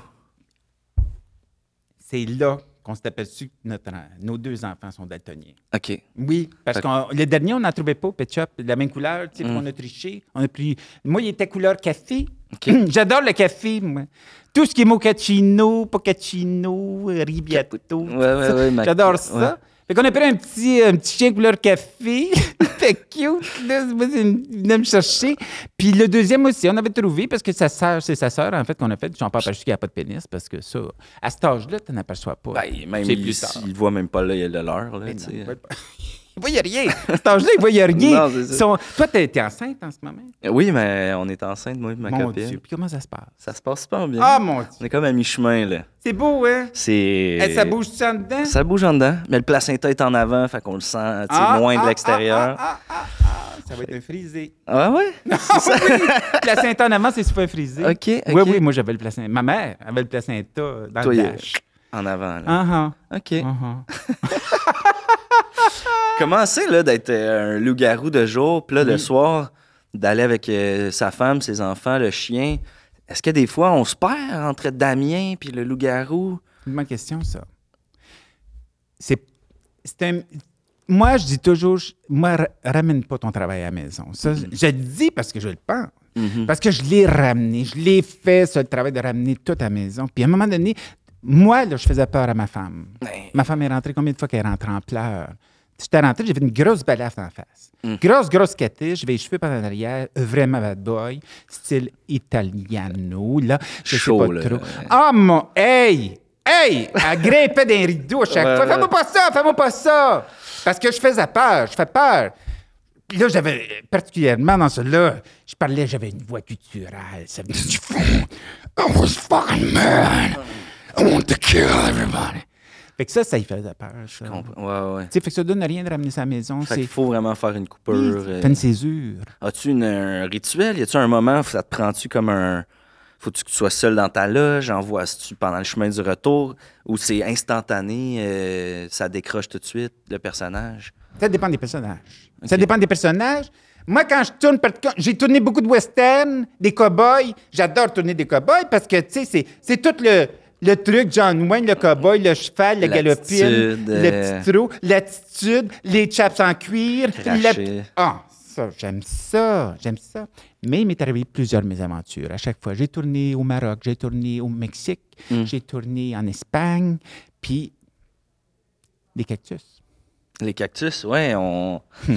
Speaker 3: c'est là qu'on s'est aperçu que notre, nos deux enfants sont daltoniens.
Speaker 1: OK.
Speaker 3: Oui, parce
Speaker 1: Fait- Mm.
Speaker 3: que le dernier, on n'en trouvait pas, Petchup, de la même couleur, tu sais, puis on a triché. On a pris... Moi, il était couleur café. J'adore le café, moi. Tout ce qui est mochaccino, pocacino, ribiato.
Speaker 1: Ouais, ouais, ouais, ma-
Speaker 3: J'adore ça.
Speaker 1: ouais.
Speaker 3: Fait qu'on a pris un petit, un petit chien couleur café. Fait cute. Là, moi, c'est une- il venait me chercher. Puis le deuxième aussi, on avait trouvé parce que sa sœur, c'est sa sœur, en fait, qu'on a fait. J'en parle parce qu'il n'y a pas de pénis parce que ça, à cet âge-là, tu n'aperçois pas.
Speaker 1: Ben, même
Speaker 3: C'est
Speaker 1: il,
Speaker 3: plus tard.
Speaker 1: il voit même pas l'œil de l'heure, là, tu sais.
Speaker 3: Ben
Speaker 1: euh.
Speaker 3: Il voyait rien. À cet âge-là, il voyait rien.
Speaker 1: Non, c'est ça.
Speaker 3: Son- Toi, t'es t'es enceinte en ce moment?
Speaker 1: Oui, mais on est enceinte, moi et ma
Speaker 3: Mon
Speaker 1: copine.
Speaker 3: Dieu, puis comment ça se passe?
Speaker 1: Ça se passe super bien.
Speaker 3: Ah, mon Dieu!
Speaker 1: On est comme à mi-chemin, là.
Speaker 3: C'est beau, hein?
Speaker 1: C'est...
Speaker 3: Eh, ça bouge-tu en dedans?
Speaker 1: Ça bouge en dedans, mais le placenta est en avant, fait qu'on le sent tu sais,
Speaker 3: Ah,
Speaker 1: moins
Speaker 3: ah,
Speaker 1: de l'extérieur.
Speaker 3: Ah, ah, ah, ah, ça va être un frisé.
Speaker 1: Ah, ouais?
Speaker 3: placenta en avant, c'est super frisé.
Speaker 1: Ok, ok.
Speaker 3: Oui, oui, moi, j'avais le placenta. Ma mère avait le placenta euh, dans
Speaker 1: Toi,
Speaker 3: le
Speaker 1: il-
Speaker 3: dash.
Speaker 1: En avant, là.
Speaker 3: Ah,
Speaker 1: OK.
Speaker 3: ah, ah, ah.
Speaker 1: Comment c'est, là, d'être euh, un loup-garou de jour, puis là, le soir, d'aller avec euh, sa femme, ses enfants, le chien? Est-ce que des fois, on se perd entre Damien puis le loup-garou?
Speaker 3: C'est une bonne question, ça. C'est c'est un... Moi, je dis toujours, je- moi, ra- ramène pas ton travail à la maison. Ça, Je le dis parce que je le pense. Parce que je l'ai ramené, je l'ai fait, ça, le travail de ramener tout à la maison. Puis à un moment donné, moi, là, je faisais peur à ma femme.
Speaker 1: Ben.
Speaker 3: Ma femme est rentrée combien de fois qu'elle est rentrée en pleurs? J'étais rentrée, j'ai fait une grosse balafre en face.
Speaker 1: Mm.
Speaker 3: Grosse, grosse catée, j'avais les cheveux par en arrière, vraiment bad boy, style italiano, là. Je
Speaker 1: Chaud,
Speaker 3: sais pas
Speaker 1: là.
Speaker 3: trop. Ah mon, hey! Hey! Elle grimpait d'un rideau à chaque
Speaker 1: Ouais,
Speaker 3: fois.
Speaker 1: ouais.
Speaker 3: Fais-moi pas ça! Fais-moi pas ça! Parce que je faisais peur, je fais peur. Puis là, j'avais, particulièrement dans cela, je parlais, j'avais une voix culturelle. Ça venait du fond. Oh, I was fucking mad. I want to kill everybody. Fait que ça, ça y faisait peur, ça.
Speaker 1: On-
Speaker 3: Tu
Speaker 1: Ouais, ouais.
Speaker 3: sais, fait que ça donne rien de ramener sa maison.
Speaker 1: Fait qu'il
Speaker 3: C'est.
Speaker 1: faut vraiment faire une coupure. euh,
Speaker 3: Fait une césure.
Speaker 1: As-tu une- un rituel? Y a-tu un moment où ça te prend-tu comme un. Faut-tu que tu sois seul dans ta loge? Envoies-tu pendant le chemin du retour? Ou c'est instantané? euh, ça décroche tout de suite le personnage?
Speaker 3: Ça dépend des personnages. Ça dépend des personnages. Moi, quand je tourne, par- j'ai tourné beaucoup de westerns, des cow-boys. J'adore tourner des cow-boys parce que, tu sais, c'est, c'est tout le, le truc, John Wayne, le cow-boy, le cheval, le
Speaker 1: L'attitude,
Speaker 3: galopine, le
Speaker 1: euh,
Speaker 3: petit trou, l'attitude, les chaps en cuir. la-
Speaker 1: Cracher.
Speaker 3: Ah, ça, j'aime ça, j'aime ça. Mais il m'est arrivé plusieurs de mes aventures. À chaque fois, j'ai tourné au Maroc, j'ai tourné au Mexique, j'ai tourné en Espagne, puis des cactus.
Speaker 1: Les cactus, ouais, on.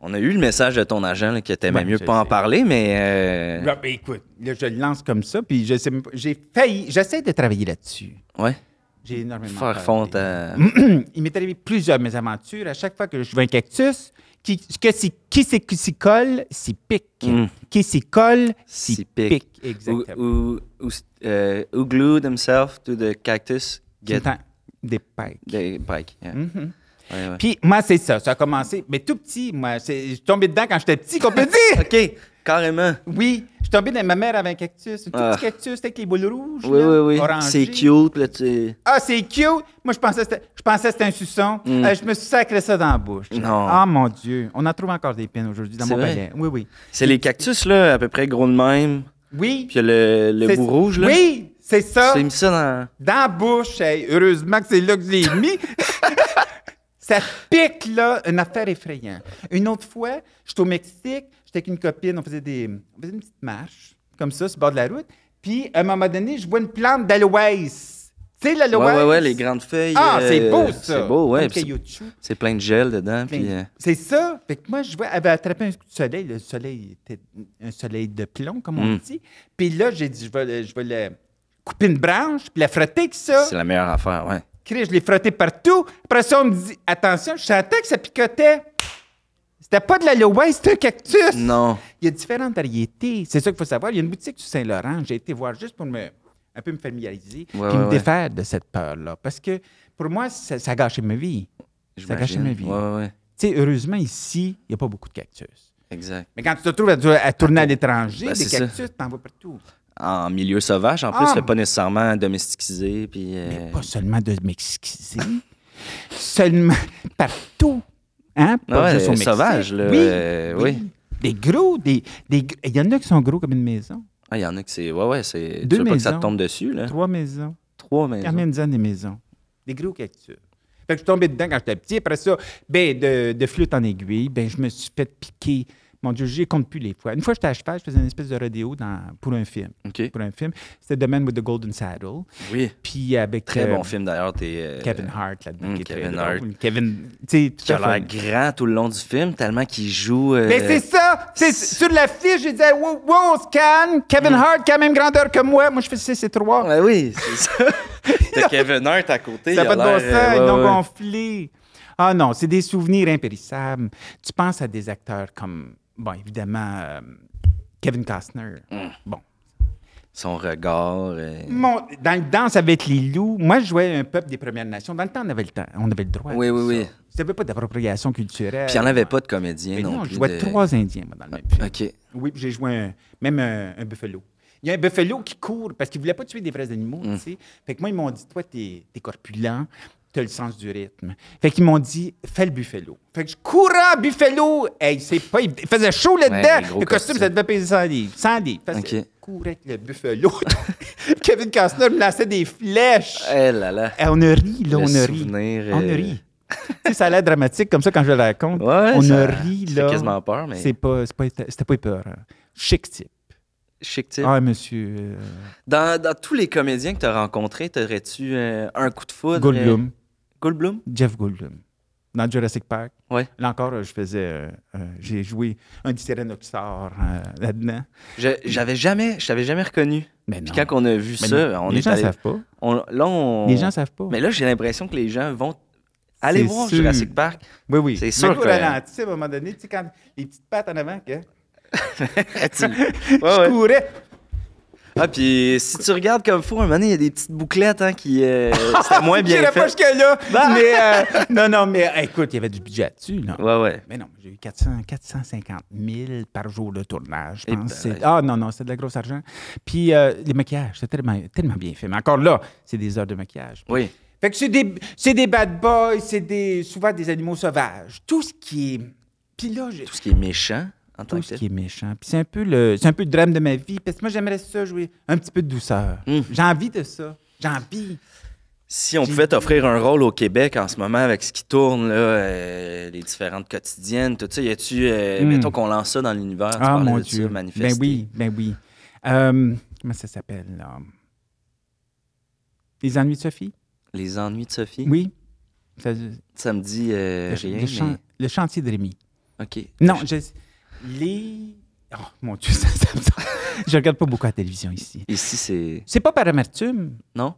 Speaker 1: on a eu le message de ton agent là, que t'aimais
Speaker 3: Hmm. Ouais,
Speaker 1: mieux
Speaker 3: je
Speaker 1: pas en
Speaker 3: sais.
Speaker 1: parler, mais. euh,
Speaker 3: Là, ben, écoute, là, je le lance comme ça, puis je sais même pas- j'ai failli, j'essaie de travailler là-dessus.
Speaker 1: ouais.
Speaker 3: J'ai énormément
Speaker 1: Faire
Speaker 3: peur
Speaker 1: fondre euh,
Speaker 3: des-
Speaker 1: ta-
Speaker 3: Il m'est arrivé plusieurs mésaventures. À chaque fois que je vois un cactus, qui, que si- qui s'y qui s'y colle, s'y pique.
Speaker 1: Mm.
Speaker 3: Qui s'y colle, s'y
Speaker 1: S'y pique.
Speaker 3: pique. Exactement.
Speaker 1: Ou, ou, ou, euh, who glued himself to the cactus?
Speaker 3: Tout le
Speaker 1: Get
Speaker 3: temps, des pailles.
Speaker 1: the bike. Yeah. Ouais, ouais.
Speaker 3: Puis moi, c'est ça. Ça a commencé, mais tout petit. Moi, c'est- je suis tombé dedans quand j'étais petit, qu'on peut dire.
Speaker 1: OK, carrément.
Speaker 3: Oui, je suis tombé dans ma mère avec un cactus. Un tout
Speaker 1: Ah.
Speaker 3: petit cactus avec les boules rouges.
Speaker 1: Oui,
Speaker 3: là,
Speaker 1: oui, oui.
Speaker 3: orangées.
Speaker 1: C'est cute, là, tu.
Speaker 3: Ah, c'est cute! Moi, je pensais que c'était- je pensais que c'était un suçon. Euh, je me suis sacré ça dans la bouche.
Speaker 1: Mm. Non.
Speaker 3: Ah, mon Dieu. On en trouve encore des pins aujourd'hui dans
Speaker 1: C'est
Speaker 3: mon
Speaker 1: vrai?
Speaker 3: palais. Oui, oui.
Speaker 1: C'est les cactus, là, à peu près gros de même.
Speaker 3: Oui.
Speaker 1: Puis il y a le, le
Speaker 3: C'est-
Speaker 1: bout rouge, là.
Speaker 3: Oui, c'est ça.
Speaker 1: J'ai mis ça dans.
Speaker 3: Dans la bouche. Hey, heureusement que c'est là que je l'ai mis. ça pique, là. Une affaire effrayante. Une autre fois, j'étais au Mexique. J'étais avec une copine. On faisait, des, on faisait une petite marche, comme ça, sur le bord de la route. Puis, à un moment donné, je vois une plante d'aloès. Tu sais, l'aloès?
Speaker 1: Ouais, ouais, ouais, les grandes feuilles.
Speaker 3: Ah, c'est
Speaker 1: euh,
Speaker 3: beau, ça.
Speaker 1: C'est beau, ouais.
Speaker 3: Comme
Speaker 1: puis c'est-
Speaker 3: caoutchouc.
Speaker 1: C'est plein de gel dedans.
Speaker 3: Plein-
Speaker 1: Puis, euh,
Speaker 3: C'est ça. Fait que moi, je vois, elle avait attrapé un coup de soleil. Le soleil était un soleil de plomb, comme
Speaker 1: Mm.
Speaker 3: on dit. Puis là, j'ai dit, je vais, le- je vais le couper une branche, puis la frotter avec ça.
Speaker 1: c'est la meilleure affaire, ouais.
Speaker 3: Chris, je l'ai frotté partout. Après ça, on me dit, attention, je sentais que ça picotait. C'était pas de l'aloe, c'était un cactus.
Speaker 1: Non.
Speaker 3: Il y a différentes variétés. C'est ça qu'il faut savoir. Il y a une boutique sur Saint-Laurent. J'ai été voir juste pour me, un peu me familiariser
Speaker 1: Ouais,
Speaker 3: puis
Speaker 1: ouais,
Speaker 3: me
Speaker 1: ouais.
Speaker 3: défaire de cette peur-là. Parce que pour moi, ça, ça a gâché ma vie. Ça a gâché
Speaker 1: j'imagine.
Speaker 3: ma vie.
Speaker 1: Ouais, ouais, ouais.
Speaker 3: Tu sais, heureusement, ici, il n'y a pas beaucoup de cactus.
Speaker 1: Exact.
Speaker 3: Mais quand tu te trouves à, à tourner à l'étranger,
Speaker 1: Ben,
Speaker 3: des
Speaker 1: c'est ça.
Speaker 3: cactus, t'en vas partout.
Speaker 1: En milieu sauvage, en plus,
Speaker 3: Ah.
Speaker 1: c'est pas nécessairement domesticisé. Puis, euh,
Speaker 3: Pas seulement de Mexicisé, seulement partout. Hein? Pas
Speaker 1: Ouais,
Speaker 3: juste au
Speaker 1: euh,
Speaker 3: Mexique.
Speaker 1: sauvage, là,
Speaker 3: Oui,
Speaker 1: euh,
Speaker 3: oui. Des gros, des, des gr- Il y en a qui sont gros comme une maison.
Speaker 1: Ah, il y en a que c'est. Ouais, ouais, c'est. Tu
Speaker 3: Deux
Speaker 1: veux pas que ça te
Speaker 3: maisons.
Speaker 1: tombe dessus, là?
Speaker 3: Trois maisons.
Speaker 1: Trois maisons.
Speaker 3: Carmenza des maisons. Des gros cactus. Fait que je suis tombé dedans quand j'étais petit. Après ça, ben, de, de flûte en aiguille, ben, je me suis fait piquer. Mon Dieu, j'y compte plus les fois. Une fois, j'étais à cheval, je faisais une espèce de rodéo dans, pour un film.
Speaker 1: OK.
Speaker 3: Pour un film. C'était The Man with the Golden Saddle.
Speaker 1: Oui.
Speaker 3: Puis avec
Speaker 1: Très
Speaker 3: euh,
Speaker 1: bon film d'ailleurs. t'es, euh,
Speaker 3: Kevin Hart là-dedans.
Speaker 1: Mm,
Speaker 3: qui est très
Speaker 1: Kevin Hart.
Speaker 3: drôle. Kevin, tu sais,
Speaker 1: Qui
Speaker 3: tout
Speaker 1: a
Speaker 3: à
Speaker 1: l'air
Speaker 3: fait.
Speaker 1: grand tout le long du film, tellement qu'il joue. euh,
Speaker 3: Mais c'est ça! C'est, sur l'affiche, je disais, wow, wow, on se calme.
Speaker 1: Mm.
Speaker 3: Kevin Hart, quand même grandeur que moi. Moi, je fais 6 et 3.
Speaker 1: Ouais, oui, c'est ça. T'as Kevin Hart à côté.
Speaker 3: Ça
Speaker 1: il
Speaker 3: n'a
Speaker 1: a
Speaker 3: pas de bon sens,
Speaker 1: l'air, euh,
Speaker 3: ils
Speaker 1: ouais,
Speaker 3: l'ont
Speaker 1: ouais.
Speaker 3: gonflé. Ah non, c'est des souvenirs impérissables. Tu penses à des acteurs comme, bon, évidemment, euh, Kevin Costner.
Speaker 1: Mm.
Speaker 3: Bon.
Speaker 1: Son regard. euh,
Speaker 3: Mon- dans le danse avec les loups, moi, je jouais un peuple des Premières Nations. Dans le temps, on avait le temps, on avait le droit. à
Speaker 1: Oui,
Speaker 3: tout
Speaker 1: oui,
Speaker 3: ça.
Speaker 1: oui.
Speaker 3: Il n'y avait pas d'appropriation culturelle.
Speaker 1: Puis il n'y en avait Euh, pas de comédien
Speaker 3: Mais
Speaker 1: non,
Speaker 3: non,
Speaker 1: plus.
Speaker 3: je jouais
Speaker 1: de-
Speaker 3: trois Indiens, moi, dans le même film.
Speaker 1: OK. Eh
Speaker 3: Oui, puis j'ai joué un- même un, un buffalo. Il y a un buffalo qui court parce qu'il voulait pas tuer des vrais animaux,
Speaker 1: Mm.
Speaker 3: tu sais. Fait que moi, ils m'ont dit, toi, t'es es corpulent, t'as le sens du rythme. Fait qu'ils m'ont dit, fais le buffalo. Fait que je courais en buffalo. Hey, c'est pas... évident. Il faisait chaud
Speaker 1: Ouais,
Speaker 3: là-dedans.
Speaker 1: gros
Speaker 3: le costume,
Speaker 1: costume.
Speaker 3: ça devait peser 100 livres. 100 livres. Fait que
Speaker 1: Ok.
Speaker 3: je courais avec le buffalo. Kevin Costner me lançait des flèches.
Speaker 1: Eh là là.
Speaker 3: Eh, on a ri, là,
Speaker 1: Le
Speaker 3: on a ri.
Speaker 1: souvenir,
Speaker 3: On
Speaker 1: euh,
Speaker 3: a ri. tu sais, ça a l'air dramatique comme ça quand je le raconte.
Speaker 1: Ouais,
Speaker 3: on
Speaker 1: ça-
Speaker 3: a ri,
Speaker 1: ça
Speaker 3: là.
Speaker 1: fait quasiment peur, mais-
Speaker 3: C'est pas, c'est pas, c'était pas peur. Chic type.
Speaker 1: Chic type.
Speaker 3: Ah, monsieur. euh,
Speaker 1: Dans, dans tous les comédiens que tu as rencontrés, t'aurais-tu euh, un coup de foudre?
Speaker 3: Goldblum.
Speaker 1: euh, Goldblum?
Speaker 3: Jeff Goldblum. Dans Jurassic Park.
Speaker 1: Ouais.
Speaker 3: Là encore, euh, je faisais. euh, euh, J'ai joué un tyrannosaure euh, là-dedans.
Speaker 1: Je- J'avais jamais, je t'avais jamais reconnu.
Speaker 3: Mais non.
Speaker 1: Puis quand on a vu
Speaker 3: Mais
Speaker 1: ça,
Speaker 3: non,
Speaker 1: on
Speaker 3: les
Speaker 1: est
Speaker 3: gens
Speaker 1: allé.
Speaker 3: savent pas.
Speaker 1: on- là, on.
Speaker 3: Les gens savent pas.
Speaker 1: Mais là, j'ai l'impression que les gens vont aller
Speaker 3: C'est
Speaker 1: voir
Speaker 3: sûr.
Speaker 1: Jurassic Park.
Speaker 3: oui, oui.
Speaker 1: C'est sûr
Speaker 3: Mais au
Speaker 1: que-
Speaker 3: ralenti, à un moment donné, tu sais, quand les petites pattes en avant, que
Speaker 1: Ah, Tu-
Speaker 3: je
Speaker 1: ouais.
Speaker 3: courais.
Speaker 1: Ah, puis si tu regardes comme fou, un moment donné, il y a des petites bouclettes hein, qui. euh, C'était moins bien
Speaker 3: J'irais pas
Speaker 1: fait. Bah!
Speaker 3: jusque-là. Mais euh, non, non, mais euh, écoute, il y avait du budget dessus, là.
Speaker 1: Ouais, ouais.
Speaker 3: Mais non, j'ai eu 400, 450 000 par jour de tournage, je
Speaker 1: Eh ben,
Speaker 3: pense. C'est- ah non, non, c'est de la grosse argent. Puis euh, les maquillages, c'est tellement, tellement bien fait. Mais encore là, c'est des heures de maquillage.
Speaker 1: Oui.
Speaker 3: Fait que c'est des, c'est des bad boys, c'est des, souvent des animaux sauvages. Tout ce qui est... Puis là, j'ai-
Speaker 1: Tout ce qui est méchant en tant que
Speaker 3: tout ce
Speaker 1: tel.
Speaker 3: qui est méchant. Puis c'est un peu le, c'est un peu le drame de ma vie. Parce que moi, j'aimerais ça jouer un petit peu de douceur.
Speaker 1: Hum.
Speaker 3: J'ai envie de ça. J'ai envie.
Speaker 1: Si on pouvait t'offrir un rôle au Québec en ce moment avec ce qui tourne, là, euh, les différentes quotidiennes, tout ça, y a-tu. euh, Mettons qu'on lance ça dans l'univers. tu
Speaker 3: Hmm. Ah
Speaker 1: parlais
Speaker 3: mon
Speaker 1: de ça,
Speaker 3: Dieu. Ben
Speaker 1: manifester.
Speaker 3: oui, ben oui. Euh, comment ça s'appelle là? Les ennuis de Sophie?
Speaker 1: Les ennuis de Sophie.
Speaker 3: Oui. Ça- le,
Speaker 1: Ça me dit euh,
Speaker 3: ch-
Speaker 1: rien.
Speaker 3: le chan-
Speaker 1: mais- Euh,
Speaker 3: le chantier de Rémi.
Speaker 1: OK.
Speaker 3: Non, je... les. Oh mon Dieu, ça, ça me sort. Je regarde pas beaucoup la télévision ici.
Speaker 1: Ici, c'est.
Speaker 3: C'est pas par amertume,
Speaker 1: Non?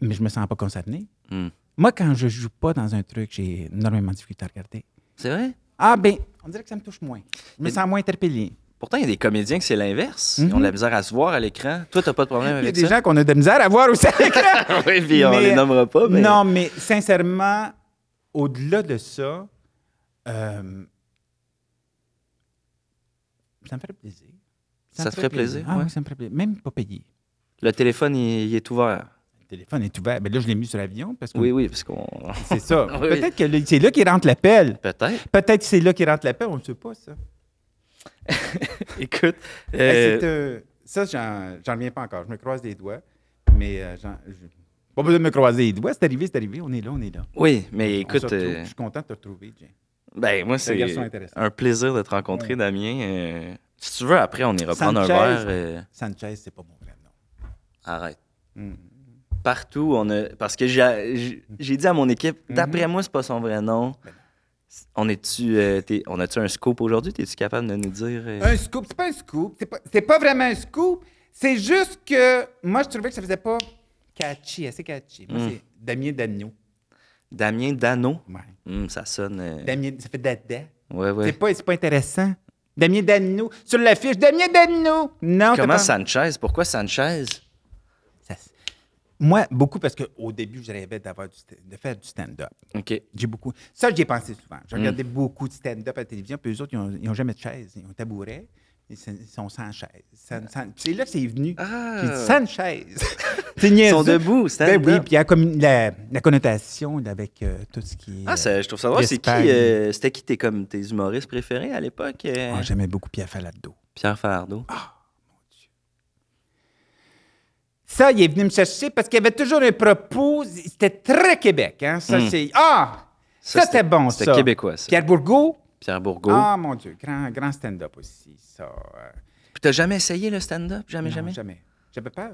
Speaker 3: mais je me sens pas concerné.
Speaker 1: Hmm.
Speaker 3: Moi, quand je joue pas dans un truc, j'ai énormément de difficulté à regarder.
Speaker 1: C'est vrai?
Speaker 3: Ah ben, on dirait que ça me touche moins. Je me
Speaker 1: Mais-
Speaker 3: sens moins interpellé.
Speaker 1: Pourtant, il y a des comédiens que c'est l'inverse. Ils ont de la misère à se voir à l'écran. Toi, t'as pas de problème
Speaker 3: Mhm. Il y a
Speaker 1: avec
Speaker 3: des
Speaker 1: ça?
Speaker 3: gens qu'on a de la misère à voir aussi à l'écran.
Speaker 1: oui, puis on
Speaker 3: Mais-
Speaker 1: les nommera pas, mais.
Speaker 3: Non, mais sincèrement, au-delà de ça, euh, ça me ferait plaisir.
Speaker 1: Ça
Speaker 3: me
Speaker 1: te
Speaker 3: ferait
Speaker 1: ferait plaisir,
Speaker 3: Ah
Speaker 1: ouais.
Speaker 3: oui, ça me ferait plaisir. Même pas payé.
Speaker 1: Le téléphone, il, il est ouvert.
Speaker 3: Le téléphone est ouvert. Mais là, je l'ai mis sur l'avion parce que
Speaker 1: Oui, oui, parce qu'on.
Speaker 3: c'est ça.
Speaker 1: Oui.
Speaker 3: Peut-être que là, c'est là qu'il rentre l'appel.
Speaker 1: Peut-être.
Speaker 3: Peut-être que c'est là qu'il rentre l'appel. On ne sait pas,
Speaker 1: Euh,
Speaker 3: ça.
Speaker 1: Écoute.
Speaker 3: Hey,
Speaker 1: euh,
Speaker 3: c'est, euh, ça, j'en, j'en reviens pas encore. Je me croise les doigts, mais euh, j'en- je- pas besoin de me croiser les doigts. C'est arrivé, c'est arrivé. On est là, on est là.
Speaker 1: Oui, mais
Speaker 3: On se
Speaker 1: écoute.
Speaker 3: retrouve.
Speaker 1: euh,
Speaker 3: Je suis content de te retrouver, Jay.
Speaker 1: Ben, moi,
Speaker 3: un
Speaker 1: c'est
Speaker 3: garçon intéressant.
Speaker 1: un plaisir de te rencontrer, Damien. Euh, si tu veux, après, on ira prendre un verre.
Speaker 3: Sanchez.
Speaker 1: euh,
Speaker 3: Sanchez, c'est pas mon vrai nom.
Speaker 1: Arrête.
Speaker 3: Hmm.
Speaker 1: Partout, on a. Parce que j'ai j'ai- j'ai dit à mon équipe,
Speaker 3: Mhm.
Speaker 1: d'après moi, c'est pas son vrai nom.
Speaker 3: Ben
Speaker 1: On est-tu. euh, t'es- on a-tu un scoop aujourd'hui? T'es-tu capable de nous dire. euh,
Speaker 3: Un scoop, c'est pas un scoop. C'est pas, c'est pas vraiment un scoop. C'est juste que moi, je trouvais que ça faisait pas catchy, assez catchy.
Speaker 1: Hmm.
Speaker 3: Moi, c'est Damien Dagneau.
Speaker 1: Damien Dano?
Speaker 3: Ouais.
Speaker 1: Hum, ça sonne. euh,
Speaker 3: Damien, ça fait dada.
Speaker 1: Ouais, ouais.
Speaker 3: C'est, Ben, pas, c'est pas intéressant. Damien Dagneau. Sur l'affiche, Damien Dagneau. Non, t'as
Speaker 1: Comment
Speaker 3: pas-
Speaker 1: Sanchez? Pourquoi Sanchez?
Speaker 3: Ça s- Moi, beaucoup parce qu'au début, je rêvais d'avoir du sta- de faire du stand-up.
Speaker 1: OK.
Speaker 3: J'ai beaucoup. Ça, j'y ai pensé souvent.
Speaker 1: Mm.
Speaker 3: Je regardais beaucoup de stand-up à la télévision, puis eux autres, ils n'ont jamais de chaise. Ils ont tabouret, ils sont- ils sont sans chaise. Sans- sans- puis C'est là que c'est venu.
Speaker 1: Ah!
Speaker 3: J'ai dit sans chaise. c'est niaiseux.
Speaker 1: Ils sont debout,
Speaker 3: Ben
Speaker 1: stand-up.
Speaker 3: oui, puis il y a comme la, la connotation avec euh, tout ce qui est.
Speaker 1: Ah, ça, je trouve ça
Speaker 3: euh,
Speaker 1: drôle. C'est qui,
Speaker 3: l'Espagne.
Speaker 1: euh, C'était qui tes, comme, tes humoristes préférés à l'époque? euh,
Speaker 3: Ah, J'aimais beaucoup Pierre Falardeau.
Speaker 1: Pierre Fardeau.
Speaker 3: Ça, il est venu me chercher parce qu'il y avait toujours un propos. C'était très Québec, hein? Ça, c'est. Ah! Ça, c'était bon, ça.
Speaker 1: Mm. c'était québécois, ça.
Speaker 3: Pierre Bourgault.
Speaker 1: Pierre Bourgault.
Speaker 3: Ah, mon Dieu. Grand, grand stand-up aussi, ça. Euh,
Speaker 1: Puis t'as jamais essayé le stand-up? Jamais,
Speaker 3: non,
Speaker 1: jamais?
Speaker 3: Jamais. J'avais peur.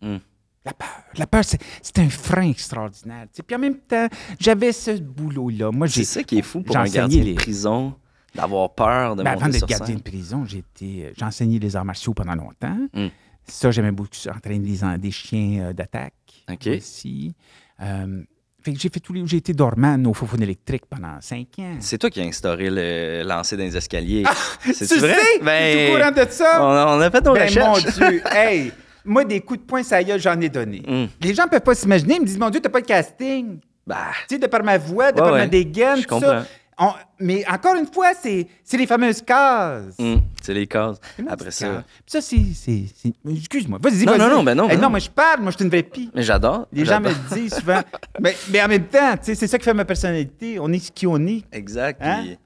Speaker 1: Hmm.
Speaker 3: La peur. La peur, c'est c'est un frein extraordinaire. tu sais. Puis en même temps, j'avais ce boulot-là. Moi, j'ai.
Speaker 1: C'est ça qui est fou pour
Speaker 3: j'ai
Speaker 1: un
Speaker 3: enseigné
Speaker 1: gardien
Speaker 3: les-
Speaker 1: de prison, d'avoir peur de
Speaker 3: Ben, avant
Speaker 1: monter sur
Speaker 3: d'être gardien
Speaker 1: scène.
Speaker 3: de prison, j'ai été- euh, j'ai enseigné les arts martiaux pendant longtemps.
Speaker 1: Mm.
Speaker 3: Ça, j'aimais beaucoup ça, entraîner des, en- des chiens euh, d'attaque
Speaker 1: OK.
Speaker 3: aussi. Euh, fait que j'ai fait tous les. J'ai été dormant au Fofone électrique pendant cinq ans.
Speaker 1: C'est toi qui as instauré le lancer dans les escaliers. c'est
Speaker 3: Ah, tu
Speaker 1: vrai? Ben,
Speaker 3: sais? T'es au courant de ça?
Speaker 1: On, on a fait nos
Speaker 3: Ben, mon
Speaker 1: recherches.
Speaker 3: Dieu, hey! Moi, des coups de poing, ça y est, j'en ai donné.
Speaker 1: Mm.
Speaker 3: Les gens ne peuvent pas s'imaginer. Ils me disent, mon Dieu, t'as pas de casting.
Speaker 1: Bah,
Speaker 3: Tu sais, de par ma voix, de
Speaker 1: Ouais,
Speaker 3: par ma
Speaker 1: ouais.
Speaker 3: dégaine,
Speaker 1: Je
Speaker 3: tout
Speaker 1: comprends.
Speaker 3: ça. On- mais encore une fois, c'est c'est les fameuses cases.
Speaker 1: hum, c'est les cases.
Speaker 3: C'est
Speaker 1: Après
Speaker 3: magical.
Speaker 1: ça.
Speaker 3: Puis ça, c'est. c'est- c'est- Excuse-moi. Vas-y,
Speaker 1: Non,
Speaker 3: vas-y.
Speaker 1: non, non, ben non,
Speaker 3: Eh
Speaker 1: ben
Speaker 3: non,
Speaker 1: non.
Speaker 3: moi, je parle. Moi, je suis une vraie pie.
Speaker 1: Mais j'adore.
Speaker 3: Les gens me
Speaker 1: j'adore.
Speaker 3: le disent souvent. mais, mais en même temps, tu sais, c'est ça qui fait ma personnalité. On est ce qui on est.
Speaker 1: Exact.
Speaker 3: Hein?
Speaker 1: Puis,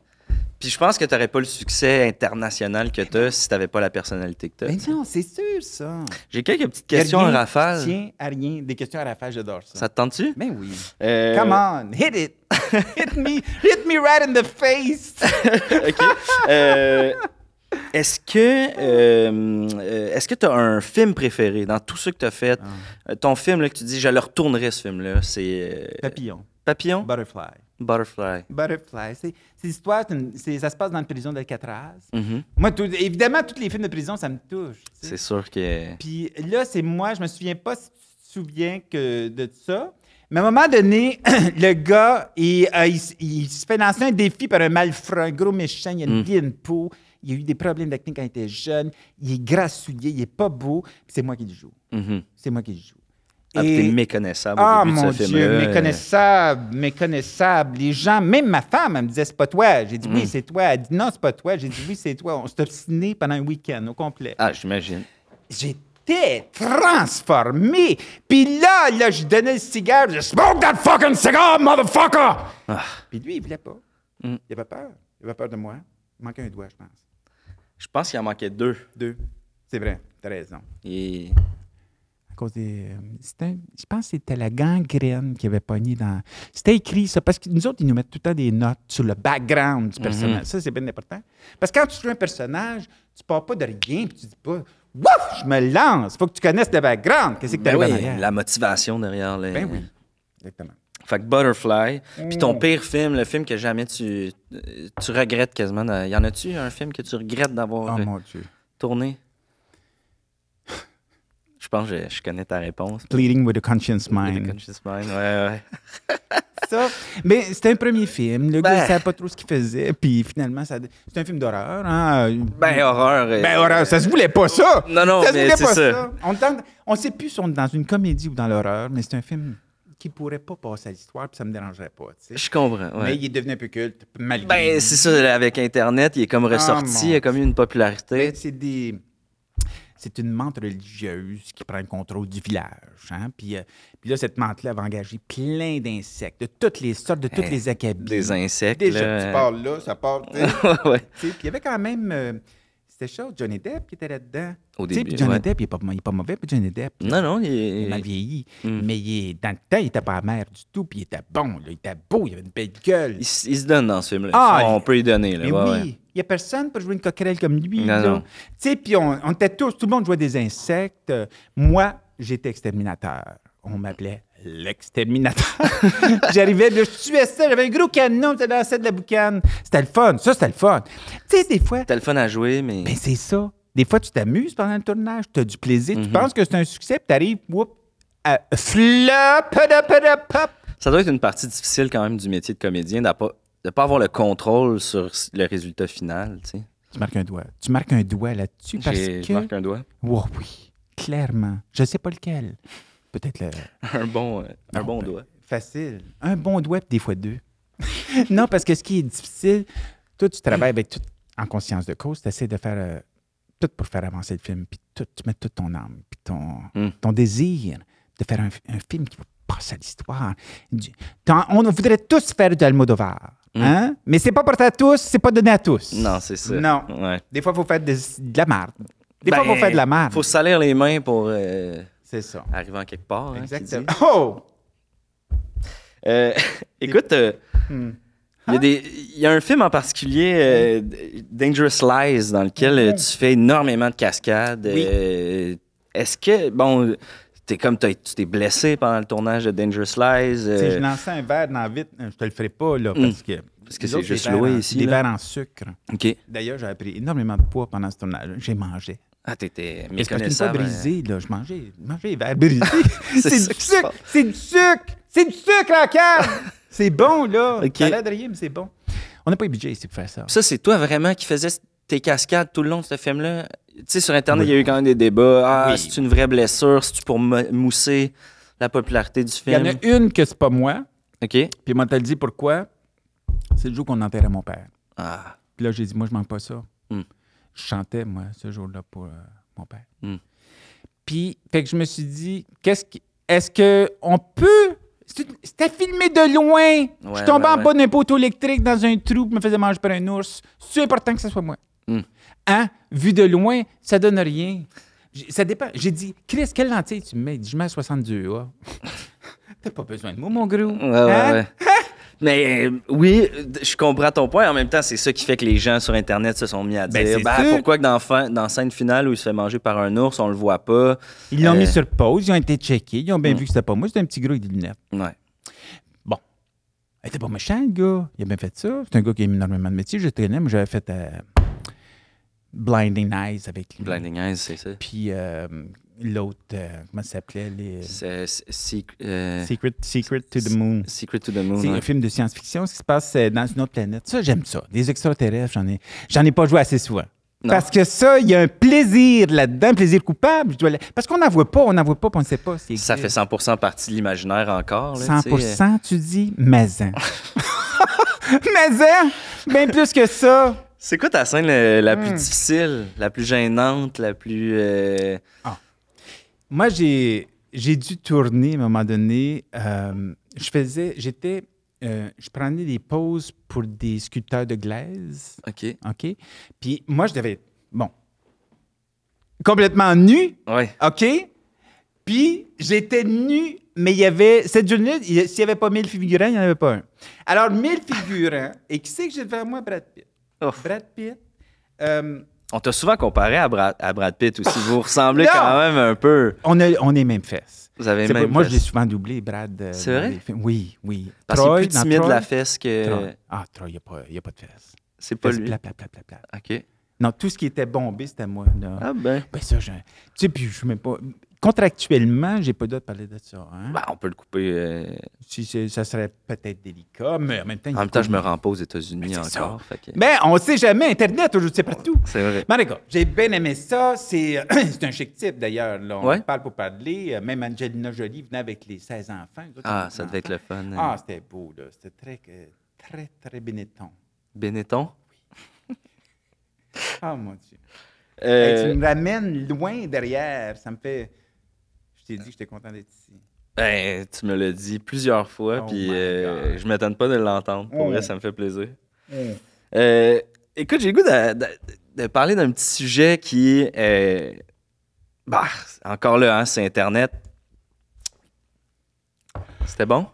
Speaker 1: puis je pense que tu n'aurais pas le succès international que tu as si tu n'avais pas la personnalité que tu
Speaker 3: Mais non, c'est sûr, ça.
Speaker 1: J'ai quelques petites questions en
Speaker 3: Rien
Speaker 1: rafale.
Speaker 3: Tiens à rien. Des questions à rafale, j'adore ça.
Speaker 1: Ça te tente-tu?
Speaker 3: Ben oui.
Speaker 1: Euh,
Speaker 3: Come on, hit it. hit me. Hit me right in the face.
Speaker 1: OK. Euh, est-ce que euh, euh, est-ce que tu as un film préféré dans tout ce que tu as fait? Euh,
Speaker 3: Ah.
Speaker 1: Ton film là, que tu dis, je le retournerai ce film-là, c'est euh,
Speaker 3: Papillon.
Speaker 1: Papillon?
Speaker 3: Butterfly.
Speaker 1: Butterfly.
Speaker 3: Butterfly. C'est c'est l'histoire. d'une- c'est- Ça se passe dans une prison d'Alcatraz.
Speaker 1: Mhm.
Speaker 3: Moi, tout- évidemment, tous les films de prison, ça me touche. tu sais.
Speaker 1: C'est sûr que.
Speaker 3: Puis là, c'est moi, je me souviens pas si tu te souviens que de ça. Mais à un moment donné, le gars, il, euh, il s- il se fait lancer un défi par un malfrat, un gros méchant, il a une
Speaker 1: Mm.
Speaker 3: vieille peau, il a eu des problèmes d'acné quand il était jeune, il est grassouillé, il est pas beau, puis c'est moi qui le joue.
Speaker 1: Mhm.
Speaker 3: C'est moi qui le joue.
Speaker 1: Ah, puis
Speaker 3: Et-
Speaker 1: t'es méconnaissable
Speaker 3: ah,
Speaker 1: au début
Speaker 3: mon
Speaker 1: de ce film-là.
Speaker 3: Dieu,
Speaker 1: euh,
Speaker 3: méconnaissable, méconnaissable. Les gens, même ma femme, elle me disait, c'est pas toi. J'ai dit,
Speaker 1: Mm.
Speaker 3: oui, c'est toi. Elle dit, non, c'est pas toi. J'ai dit, oui, c'est toi. On s'est obstiné pendant un week-end au complet.
Speaker 1: Ah, j'imagine.
Speaker 3: J'étais transformé. Puis là, là, je donnais le cigare. Je smoke that fucking cigar, motherfucker!
Speaker 1: Ah,
Speaker 3: Puis lui, il voulait pas.
Speaker 1: Mm.
Speaker 3: Il avait peur. Il avait peur de moi. Il manquait un doigt, je pense.
Speaker 1: je pense qu'il en manquait deux.
Speaker 3: Deux. C'est vrai. T'as raison.
Speaker 1: Et...
Speaker 3: À cause des. euh, c'était- je pense que c'était la gangrène qui avait pogné dans. C'était écrit, ça, parce que nous autres, ils nous mettent tout le temps des notes sur le background du personnage. Ça, c'est bien important. Parce que quand tu joues un personnage, tu pars pas de rien, puis tu dis pas. Wouf! Je me lance! Faut que tu connaisses le background. Qu'est-ce que t'as
Speaker 1: Ben
Speaker 3: arrivé en
Speaker 1: oui,
Speaker 3: arrière?
Speaker 1: la motivation derrière. le-
Speaker 3: Ben oui. Exactement.
Speaker 1: Fait que Butterfly. Puis
Speaker 3: Mm.
Speaker 1: ton pire film, le film que jamais tu, euh, tu regrettes quasiment. dans- Y en a-tu un film que tu regrettes d'avoir
Speaker 3: Oh
Speaker 1: euh,
Speaker 3: mon Dieu.
Speaker 1: tourné? Je pense que je, je connais ta réponse.
Speaker 3: Pleading with a Conscience
Speaker 1: The
Speaker 3: Mind.
Speaker 1: Conscious Mind, ouais, ouais.
Speaker 3: Ça, mais c'était un premier film. Le
Speaker 1: Ben.
Speaker 3: gars, il savait pas trop ce qu'il faisait. Puis finalement, ça... c'est un film d'horreur. Hein? euh,
Speaker 1: Ben, horreur. euh,
Speaker 3: ben, horreur. Ça se voulait pas, ça.
Speaker 1: Non, non,
Speaker 3: ça se
Speaker 1: mais
Speaker 3: voulait
Speaker 1: c'est
Speaker 3: pas ça.
Speaker 1: ça.
Speaker 3: On, tente- on sait plus si on est dans une comédie ou dans l'horreur, mais c'est un film qui pourrait pas passer à l'histoire, puis ça me dérangerait pas. tu sais.
Speaker 1: Je comprends. ouais.
Speaker 3: Mais il est devenu un peu culte, malgré.
Speaker 1: Ben, c'est ça, là, avec Internet, il est comme
Speaker 3: Ah, mon
Speaker 1: ressorti, il a comme eu une
Speaker 3: Mais
Speaker 1: popularité.
Speaker 3: c'est des. C'est une menthe religieuse qui prend le contrôle du village. hein. Puis, euh, puis là, cette menthe-là va engager plein d'insectes, de toutes les sortes, de toutes
Speaker 1: Hein,
Speaker 3: les acabits.
Speaker 1: Des insectes.
Speaker 3: Déjà,
Speaker 1: là,
Speaker 3: tu
Speaker 1: euh,
Speaker 3: parles là, ça part. tu sais.
Speaker 1: ouais.
Speaker 3: Tu sais, Puis il y avait quand même. euh, C'était chaud, Johnny Depp qui était là-dedans.
Speaker 1: Au
Speaker 3: Tu sais,
Speaker 1: début,
Speaker 3: puis Johnny
Speaker 1: ouais.
Speaker 3: Depp, il est, pas, il est pas mauvais, puis Johnny Depp.
Speaker 1: Non, non, il
Speaker 3: Il
Speaker 1: est.
Speaker 3: a mal vieilli.
Speaker 1: Mm.
Speaker 3: Mais il est, dans le temps, il était pas amer du tout, puis il était bon, là, il était beau, il avait une belle gueule.
Speaker 1: Il, s- il se donne dans ce film-là.
Speaker 3: Ah,
Speaker 1: Ça, on
Speaker 3: il-
Speaker 1: peut y donner. Là.
Speaker 3: Mais
Speaker 1: ouais,
Speaker 3: oui,
Speaker 1: ouais.
Speaker 3: il n'y a personne pour jouer une coquerelle comme lui.
Speaker 1: Non,
Speaker 3: là.
Speaker 1: non.
Speaker 3: Tu sais, puis on, on était tous, tout le monde jouait des insectes. Euh, Moi, j'étais exterminateur. On m'appelait l'exterminateur. J'arrivais, là, je tuais ça, j'avais un gros canon, ça lançait de la boucane. C'était le fun, ça, c'était le fun. Tu sais, des fois,
Speaker 1: T'as le fun à jouer, mais.
Speaker 3: ben c'est ça. Des fois, tu t'amuses pendant le tournage, tu as du plaisir,
Speaker 1: Mhm.
Speaker 3: tu penses que c'est un succès, puis t'arrives, whoop, à flop, pop.
Speaker 1: Ça doit être une partie difficile quand même du métier de comédien de pas, de pas avoir le contrôle sur s- le résultat final. Tu sais.
Speaker 3: Tu marques un doigt. Tu marques un doigt là-dessus parce
Speaker 1: J'ai-
Speaker 3: que.
Speaker 1: Je marque un doigt.
Speaker 3: Oh oui, clairement. Je sais pas lequel. Peut-être le.
Speaker 1: Un bon, euh, un
Speaker 3: Non,
Speaker 1: bon
Speaker 3: ben,
Speaker 1: doigt.
Speaker 3: Facile. Un bon doigt, puis des fois deux. non, parce que ce qui est difficile, toi, tu travailles avec tout en conscience de cause, tu essaies de faire euh, tout pour faire avancer le film, puis tout, tu mets toute ton âme, puis ton,
Speaker 1: Mm.
Speaker 3: ton désir de faire un, un film qui passe à l'histoire. Du- t'en- On voudrait tous faire du Almodovar, hein? mais c'est pas porté à tous, c'est pas donné à tous.
Speaker 1: Hmm. Non, c'est ça.
Speaker 3: Non.
Speaker 1: Ouais.
Speaker 3: Des fois, il faut faire des- de la merde. Des fois, il faut
Speaker 1: Ben,
Speaker 3: faire de la merde.
Speaker 1: Faut se salir les mains pour. euh,
Speaker 3: C'est ça.
Speaker 1: arrivant quelque part. hein, qui
Speaker 3: Exactement.
Speaker 1: dit.
Speaker 3: Oh!
Speaker 1: Euh, écoute, euh,
Speaker 3: Hmm.
Speaker 1: il y, a des- il y a un film en particulier, euh, D- Dangerous Lies, dans lequel euh, tu fais énormément de cascades.
Speaker 3: Oui.
Speaker 1: Euh, Est-ce que, bon, t'es comme t'as- tu t'es blessé pendant le tournage de Dangerous Lies?
Speaker 3: Si je
Speaker 1: euh,
Speaker 3: lançais un verre dans vite, je te le ferai pas, là,
Speaker 1: Mm.
Speaker 3: parce que.
Speaker 1: Parce que
Speaker 3: les
Speaker 1: c'est
Speaker 3: autres,
Speaker 1: juste
Speaker 3: les verres
Speaker 1: loué
Speaker 3: en-
Speaker 1: ici,
Speaker 3: Les
Speaker 1: là.
Speaker 3: verres en sucre.
Speaker 1: OK.
Speaker 3: D'ailleurs, j'avais pris énormément de poids pendant ce tournage. J'ai mangé.
Speaker 1: Ah, t'étais
Speaker 3: Mais c'est parce qu'une fois
Speaker 1: méconnaissable. hein.
Speaker 3: brisé, là, je mangeais, je mangeais les verres brisés.
Speaker 1: C'est
Speaker 3: c'est
Speaker 1: ça
Speaker 3: du
Speaker 1: qui se
Speaker 3: sucre!
Speaker 1: passe.
Speaker 3: C'est du sucre! C'est du sucre en cave! c'est bon, là!
Speaker 1: OK.
Speaker 3: Ça a l'air de rien, mais c'est bon. On n'a pas eu budget ici pour faire ça.
Speaker 1: Ça, c'est toi vraiment qui faisais tes cascades tout le long de ce film-là? Tu sais, sur Internet, il y a eu quand même des débats. Ah,
Speaker 3: Oui.
Speaker 1: c'est une vraie blessure? C'est-tu pour mo- mousser la popularité du
Speaker 3: Il y en
Speaker 1: film?
Speaker 3: a une que c'est pas moi,
Speaker 1: OK.
Speaker 3: puis moi, t'as dit pourquoi. C'est le jour qu'on enterrait mon père.
Speaker 1: Ah,
Speaker 3: Puis là, j'ai dit, moi, je manque pas ça.
Speaker 1: Hmm.
Speaker 3: Je chantais, moi, ce jour-là, pour euh, mon père.
Speaker 1: Hmm.
Speaker 3: Puis, fait que je me suis dit, qu'est-ce qui- Est-ce que on peut. C'est- C'était filmé de loin. je tombais
Speaker 1: ouais,
Speaker 3: en
Speaker 1: ouais.
Speaker 3: bas d'un poteau électrique dans un trou, puis me faisais manger par un ours. C'est important que ce soit moi.
Speaker 1: Hmm.
Speaker 3: Hein? Vu de loin, ça donne rien. J- Ça dépend. J'ai dit, Chris, quelle lentille tu me mets? Il dit, je mets à 62 A. T'as pas besoin de moi, mon gros. Hein?
Speaker 1: ouais, ouais, ouais. Mais euh, oui, euh, je comprends ton point. En même temps, c'est ça qui fait que les gens sur Internet se sont mis à
Speaker 3: Ben,
Speaker 1: dire
Speaker 3: c'est
Speaker 1: bah,
Speaker 3: sûr.
Speaker 1: pourquoi que dans, fin- dans scène finale où il se fait manger par un ours, on le voit pas.
Speaker 3: Ils l'ont
Speaker 1: Euh, Mm.
Speaker 3: mis sur pause, ils ont été checkés, ils ont bien vu que c'était pas moi, c'était un petit gros avec des lunettes.
Speaker 1: Ouais.
Speaker 3: Elle était pas méchant, le gars. Il a bien fait ça. C'est un gars qui aime énormément de métier. Je traînais, mais j'avais fait euh, Blinding Eyes avec lui.
Speaker 1: Blinding Eyes, c'est ça.
Speaker 3: Puis euh, l'autre, euh, comment ça s'appelait? Les...
Speaker 1: C'est c'est- sec- euh,
Speaker 3: Secret, Secret to the Moon.
Speaker 1: Secret to the Moon. hein.
Speaker 3: C'est
Speaker 1: ouais.
Speaker 3: un film de science-fiction ce qui se passe euh, dans une autre planète. Ça, j'aime ça. Des extraterrestres, j'en ai, j'en ai pas joué assez souvent.
Speaker 1: Non.
Speaker 3: Parce que ça, il y a un plaisir là-dedans, un plaisir coupable. Je dois le- Parce qu'on n'en voit pas, on n'en voit pas, puis on ne sait pas. si
Speaker 1: Ça fait 100% partie de l'imaginaire encore. Là, tu sais.
Speaker 3: 100 tu dis Mazin. Mazin, bien Ben, plus que ça.
Speaker 1: C'est quoi ta scène euh,
Speaker 3: Hmm.
Speaker 1: la, plus difficile, la plus gênante, la plus. euh,
Speaker 3: Moi, j'ai, j'ai dû tourner à un moment donné. euh, je faisais, j'étais, euh, je prenais des pauses pour des sculpteurs de glaise,
Speaker 1: Ok.
Speaker 3: OK? Puis moi, je devais être, bon, complètement nu,
Speaker 1: Ouais.
Speaker 3: OK? Puis j'étais nu, mais il y avait, cette journée-là, il y a- s'il n'y avait pas 1000 figurants, il n'y en avait pas un. Alors, 1000 figurants, et qui c'est que j'ai devant moi, Brad Pitt?
Speaker 1: Ouf.
Speaker 3: Brad Pitt. euh,
Speaker 1: On t'a souvent comparé à Brad, à Brad Pitt aussi. Vous ressemblez
Speaker 3: Non.
Speaker 1: quand même un peu.
Speaker 3: on, a, on est même fesses.
Speaker 1: Vous avez
Speaker 3: C'est
Speaker 1: même.
Speaker 3: pas- moi, je l'ai
Speaker 1: presque-
Speaker 3: souvent doublé, Brad. euh,
Speaker 1: C'est
Speaker 3: dans
Speaker 1: vrai?
Speaker 3: les films. Oui, oui.
Speaker 1: Parce qu'il est plus timide de la fesse que.
Speaker 3: Troy. Ah, Troy, il n'y a, pas- y a pas de fesses.
Speaker 1: C'est pas
Speaker 3: Fesses
Speaker 1: lui.
Speaker 3: plat, plat, plat, plat, plat.
Speaker 1: Ok.
Speaker 3: Non, tout ce qui était bombé, c'était moi. là.
Speaker 1: Ah ben.
Speaker 3: Ben ça, je... Tu sais, puis je suis même pas... Contractuellement, j'ai pas le droit de parler de ça. hein.
Speaker 1: Ben, on peut le couper. euh,
Speaker 3: Si c'est- ça serait peut-être délicat, mais en même temps... il
Speaker 1: En même temps,
Speaker 3: faut-
Speaker 1: je me rends pas aux États-Unis
Speaker 3: Mais c'est
Speaker 1: encore. fait que-
Speaker 3: Mais on sait jamais. Internet, aujourd'hui, c'est partout.
Speaker 1: C'est vrai.
Speaker 3: Mais en tout cas, j'ai bien aimé ça. C'est euh, c'est un chic type, d'ailleurs. là. On
Speaker 1: Ouais.
Speaker 3: parle pour parler. Euh, Même Angelina Jolie venait avec les 16 enfants. Les autres,
Speaker 1: Ah,
Speaker 3: ils
Speaker 1: ça
Speaker 3: ont
Speaker 1: devait
Speaker 3: des
Speaker 1: être le fun.
Speaker 3: enfants. Ah, c'était beau, là. C'était très, euh, très, très Benetton.
Speaker 1: Benetton.
Speaker 3: Ah, mon Dieu.
Speaker 1: Euh,
Speaker 3: Hey, tu me ramènes loin derrière. Ça me fait... Je t'ai dit que j'étais content d'être ici.
Speaker 1: Ben, tu me l'as dit plusieurs fois,
Speaker 3: Oh
Speaker 1: puis
Speaker 3: my
Speaker 1: euh,
Speaker 3: God.
Speaker 1: je m'étonne pas de l'entendre. Pour
Speaker 3: Mm.
Speaker 1: vrai, ça me fait plaisir.
Speaker 3: Mm.
Speaker 1: Euh, écoute, j'ai le goût de, de- de parler d'un petit sujet qui est. euh, bah, encore là, hein, c'est Internet. C'était bon?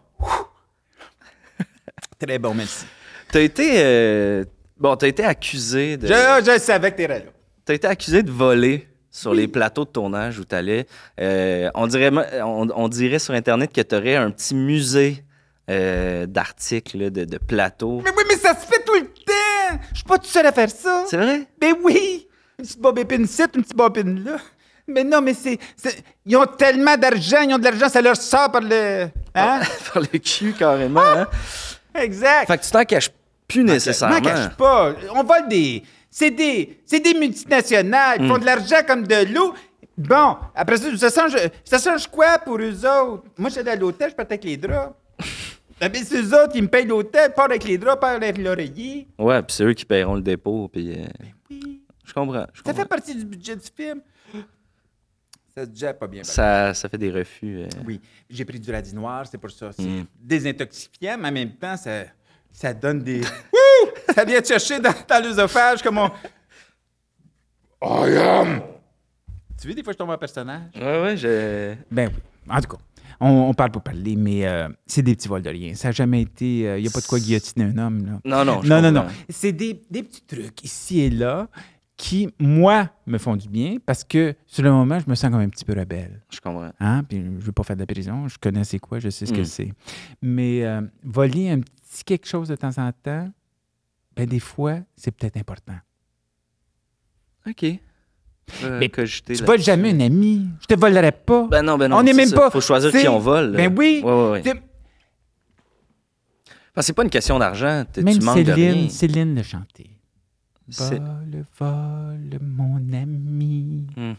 Speaker 3: Très bon, merci.
Speaker 1: T'as été. euh, bon, t'as été accusé de.
Speaker 3: Je, je savais que t'étais là.
Speaker 1: T'as été accusé de voler sur les plateaux de tournage où t'allais. Euh, on, dirait, ma- on, on dirait sur Internet que t'aurais un petit musée euh, d'articles, là, de, de plateaux.
Speaker 3: Mais oui, mais ça se fait tout le temps! Je suis pas tout seul à faire ça.
Speaker 1: C'est vrai?
Speaker 3: Ben oui! Une petite bobépine ci, une petite bobépine là. Mais non, mais c'est. c'est- Ils ont tellement d'argent, ils ont de l'argent, ça leur sort par le. Hein?
Speaker 1: Par le cul, carrément. hein?
Speaker 3: Exact.
Speaker 1: Ah. Fait que tu t'en caches plus nécessairement.
Speaker 3: N'en cache pas. On vole des. C'est des. C'est des multinationales.
Speaker 1: Hmm.
Speaker 3: Ils font de l'argent comme de l'eau. Bon, après ça, ça change, ça change quoi pour eux autres? Moi, j'étais à l'hôtel, je partais avec les draps. Ah, Mais c'est eux autres qui me payent l'hôtel, part avec les draps, part avec l'oreiller.
Speaker 1: Ouais, puis c'est eux qui paieront le dépôt, puis... euh, Je comprends, je
Speaker 3: Ça
Speaker 1: comprends.
Speaker 3: fait partie du budget du film. Ça se gère pas bien. par
Speaker 1: Ça, ça fait des refus. euh.
Speaker 3: Oui, j'ai pris du radis noir, c'est pour ça. C'est désintoxifiant, mais en même temps, ça, ça donne des. Wouh! Ça vient te chercher dans, dans l'œsophage comme on. I am! Tu vois, des fois, je tombe en personnage.
Speaker 1: Ouais, ouais, je.
Speaker 3: Ben oui. En tout cas, on, on parle pour parler, mais euh, c'est des petits vols de rien. Ça n'a jamais été. Il n'y a pas de quoi guillotiner un homme, là.
Speaker 1: Non, non, je
Speaker 3: Non, non, non.
Speaker 1: comprends.
Speaker 3: C'est des, des petits trucs ici et là qui, moi, me font du bien parce que sur le moment, je me sens comme un petit peu rebelle.
Speaker 1: Je comprends.
Speaker 3: Hein? Puis je ne veux pas faire de la prison. Je connais c'est quoi, je sais ce que
Speaker 1: Mm.
Speaker 3: c'est. Mais euh, voler un petit quelque chose de temps en temps, ben des fois, c'est peut-être important.
Speaker 1: OK. Euh,
Speaker 3: Mais
Speaker 1: cogiter
Speaker 3: Tu
Speaker 1: là-
Speaker 3: voles jamais un ami. Je te volerai pas.
Speaker 1: Ben non, ben non.
Speaker 3: On est
Speaker 1: c'est
Speaker 3: même
Speaker 1: ça.
Speaker 3: pas-
Speaker 1: Faut choisir
Speaker 3: c'est-
Speaker 1: qui on vole. là.
Speaker 3: Ben oui.
Speaker 1: Ouais, ouais, ouais.
Speaker 3: T'es-
Speaker 1: Parce que c'est pas une question d'argent. t'es-
Speaker 3: Même
Speaker 1: Tu manques de rien.
Speaker 3: Céline, Céline le chantait.
Speaker 1: C'est-
Speaker 3: Vole, vole, mon ami.
Speaker 1: Hmm.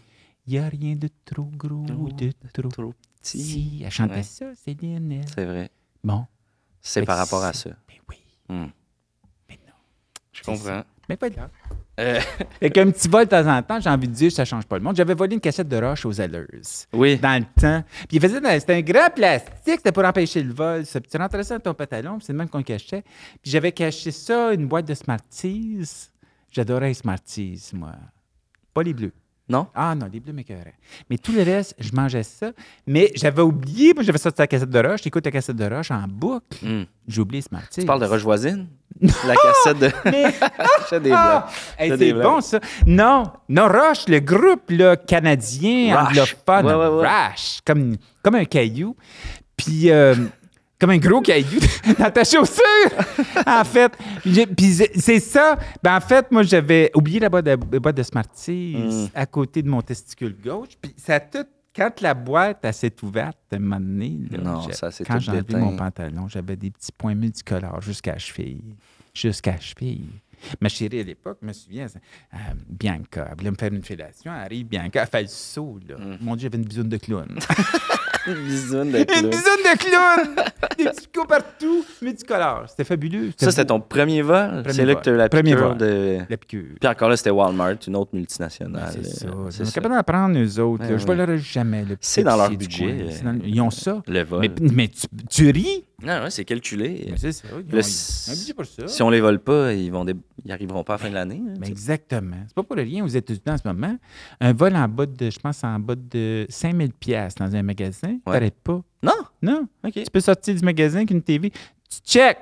Speaker 3: Y a rien de trop gros ou de trop
Speaker 1: trop petit.
Speaker 3: petit. Elle chantait
Speaker 1: Ouais.
Speaker 3: ça, Céline. elle.
Speaker 1: C'est vrai.
Speaker 3: Bon.
Speaker 1: C'est
Speaker 3: Ben,
Speaker 1: par rapport à
Speaker 3: c'est-
Speaker 1: ça.
Speaker 3: Ben oui.
Speaker 1: Hmm.
Speaker 3: Mais non.
Speaker 1: Je
Speaker 3: C'est
Speaker 1: comprends.
Speaker 3: Mais pas là.
Speaker 1: Euh,
Speaker 3: Fait qu'un petit vol de temps en temps, j'ai envie de dire, ça change pas le monde. J'avais volé une cassette de roche aux Alleuses.
Speaker 1: oui.
Speaker 3: Dans le temps. Puis il faisait, dans- c'était un grand plastique, c'était pour empêcher le vol. Ça. Puis tu rentrais ça dans ton pantalon, puis c'est le même qu'on le cachait. Puis j'avais caché ça, une boîte de Smarties. J'adorais les Smarties, moi. Pas les bleus.
Speaker 1: Non?
Speaker 3: Ah non, les bleus m'écœuraient. Mais tout le reste, je mangeais ça. Mais j'avais oublié, moi j'avais sorti la cassette de roche, j'écoute la cassette de roche en boucle.
Speaker 1: Hmm.
Speaker 3: J'ai oublié les Smarties.
Speaker 1: Tu parles de Roche voisine? La cassette de.
Speaker 3: Mais-
Speaker 1: Je fais des blagues.
Speaker 3: Ah! Hey,
Speaker 1: T'as des
Speaker 3: c'est
Speaker 1: blagues.
Speaker 3: bon, ça. Non, non, Rush, le groupe là, canadien
Speaker 1: Rush.
Speaker 3: anglophone,
Speaker 1: Ouais, ouais, ouais.
Speaker 3: Rush, comme, comme un caillou, puis euh, comme un gros caillou dans ta chaussure, en fait. J'ai- Puis c'est- c'est ça. Ben, en fait, moi, j'avais oublié la boîte de, la boîte de Smarties
Speaker 1: Mm.
Speaker 3: à côté de mon testicule gauche, puis ça a tout... Quand la boîte elle s'est ouverte, à un moment donné, là,
Speaker 1: Non,
Speaker 3: j'ai-
Speaker 1: ça, c'est
Speaker 3: quand
Speaker 1: tout
Speaker 3: j'ai enlevé
Speaker 1: déteint.
Speaker 3: mon pantalon, j'avais des petits points multicolores jusqu'à la cheville. Jusqu'à la cheville. Ma chérie, à l'époque, je me souviens, c'est- euh, Bianca, elle voulait me faire une fellation. Elle arrive, Bianca, elle fait le saut. Là.
Speaker 1: Mm.
Speaker 3: Mon Dieu, j'avais une bisoune de clown.
Speaker 1: Une bisoune d'être
Speaker 3: une
Speaker 1: là.
Speaker 3: bisoune de clown! des petits coups partout, multicolores. C'était fabuleux.
Speaker 1: Ça, c'était
Speaker 3: beau.
Speaker 1: ton premier vol.
Speaker 3: Premier
Speaker 1: C'est là
Speaker 3: vol.
Speaker 1: que tu as eu la
Speaker 3: Premier
Speaker 1: piqûre
Speaker 3: vol.
Speaker 1: de.
Speaker 3: La piqûre.
Speaker 1: Puis encore là, c'était Walmart, une autre
Speaker 3: Ben,
Speaker 1: multinationale.
Speaker 3: C'est ça.
Speaker 1: Euh,
Speaker 3: Ils
Speaker 1: c'est
Speaker 3: sont
Speaker 1: ça.
Speaker 3: capables d'en prendre, eux autres. là.
Speaker 1: Ouais,
Speaker 3: Je ne
Speaker 1: ouais.
Speaker 3: leur jamais. le
Speaker 1: C'est
Speaker 3: petit
Speaker 1: dans leur
Speaker 3: du
Speaker 1: budget,
Speaker 3: coin.
Speaker 1: euh,
Speaker 3: C'est dans- Ils ont ça.
Speaker 1: Le vol.
Speaker 3: Mais, mais tu, tu ris.
Speaker 1: Non, ouais, c'est calculé.
Speaker 3: Mais c'est ça. Ils ont,
Speaker 1: Le-
Speaker 3: ils ont un budget pour ça.
Speaker 1: Si on les vole pas, ils vont dé- ils arriveront pas à la fin de l'année. hein,
Speaker 3: Ben,
Speaker 1: tu sais.
Speaker 3: exactement. C'est pas pour le rien aux États-Unis en ce moment. Un vol en bas de, je pense, en bas de 5000 pièces dans un magasin, t'arrêtes pas.
Speaker 1: Non,
Speaker 3: Non.
Speaker 1: ok.
Speaker 3: Tu peux sortir du magasin avec une TV. Tu check.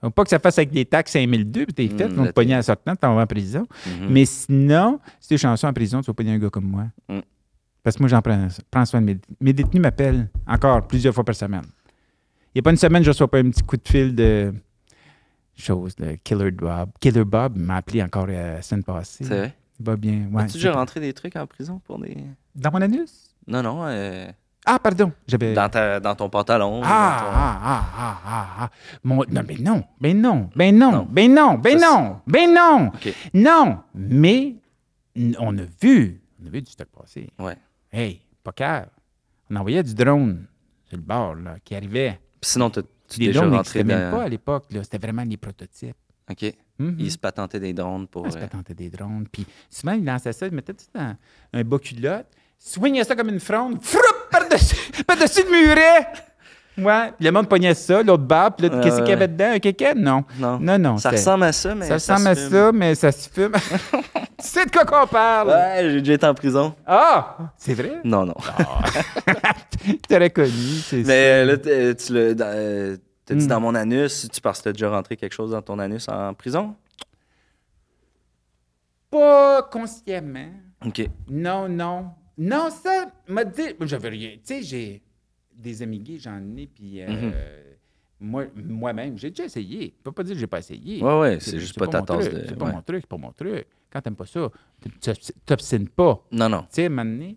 Speaker 3: Faut pas que ça fasse avec des taxes 5002, puis t'es fait,
Speaker 1: Mm,
Speaker 3: ils vont te
Speaker 1: la
Speaker 3: pogner en sortant, t'en vas en prison. Mais sinon, si t'es chanceux en prison, tu vas pogner un gars comme moi.
Speaker 1: Mm.
Speaker 3: Parce que moi, j'en prends, prends soin de mes, mes détenus m'appellent encore plusieurs fois par semaine. Il n'y a pas une semaine, je reçois pas un petit coup de fil de chose, de Killer Bob. Killer Bob m'a appelé encore euh, la semaine passée.
Speaker 1: C'est vrai.
Speaker 3: Il va bien. Ouais,
Speaker 1: As-tu déjà rentré des trucs en prison pour des.
Speaker 3: Dans mon anus?
Speaker 1: Non, non. euh,
Speaker 3: Ah, pardon. J'avais.
Speaker 1: dans, ta- dans ton pantalon.
Speaker 3: Ah, ah, ah, ah, ah, ah. Mon- Non, mais non, mais non, mais non,
Speaker 1: Non.
Speaker 3: mais non, mais
Speaker 1: Ça,
Speaker 3: non, mais non.
Speaker 1: OK.
Speaker 3: Non, mais n- on a vu, on a vu du stock passer.
Speaker 1: dans ton- Ouais.
Speaker 3: Hey, pas cœur. On envoyait du drone sur le bord là, qui arrivait.
Speaker 1: Puis sinon, t'as- tu es
Speaker 3: Les
Speaker 1: déjà
Speaker 3: drones
Speaker 1: rentré
Speaker 3: n'existaient
Speaker 1: dans.
Speaker 3: même pas à l'époque. là. C'était vraiment des prototypes.
Speaker 1: Ok.
Speaker 3: Mhm.
Speaker 1: Ils se patentaient des drones pour.
Speaker 3: On se
Speaker 1: euh,
Speaker 3: patentait des drones. Puis souvent, ils lançaient ça, ils mettaient tout dans un bas culotte, swingaient ça comme une fronde, froup, par-dessus par -dessus le muret. Ouais, puis le monde pognait ça, l'autre barbe, puis là,
Speaker 1: Ouais,
Speaker 3: qu'est-ce qu'il y
Speaker 1: ouais.
Speaker 3: avait dedans? Un kéké? Non.
Speaker 1: Non.
Speaker 3: Non, non.
Speaker 1: Ça
Speaker 3: c'est-
Speaker 1: ressemble à ça, mais.
Speaker 3: ça ressemble
Speaker 1: se
Speaker 3: à
Speaker 1: fume.
Speaker 3: ça, mais ça se fume. tu sais de quoi qu'on parle?
Speaker 1: Ouais, Mm. j'ai déjà été en prison.
Speaker 3: Ah! C'est vrai?
Speaker 1: Non, non.
Speaker 3: Tu T'aurais connu, c'est ça.
Speaker 1: Mais euh, là, t'es- tu l'as dans- euh, t'as dit
Speaker 3: Mm.
Speaker 1: dans mon anus, tu penses que t'as déjà rentré quelque chose dans ton anus en prison?
Speaker 3: Pas consciemment.
Speaker 1: OK.
Speaker 3: Non, non. Non, ça m'a dit. Moi, j'avais rien. Tu sais, j'ai des amis gays, j'en ai, puis euh,
Speaker 1: Mhm.
Speaker 3: moi- moi-même, j'ai déjà essayé. Je peux pas dire que j'ai pas essayé.
Speaker 1: Ouais, ouais, c'est juste pas ta
Speaker 3: mon
Speaker 1: tasse
Speaker 3: truc,
Speaker 1: de-
Speaker 3: C'est pas
Speaker 1: ouais.
Speaker 3: mon truc, c'est pas mon truc. Quand t'aimes pas ça, tu t'obs- t'obstines pas.
Speaker 1: Non, non.
Speaker 3: Tu sais, m'amener.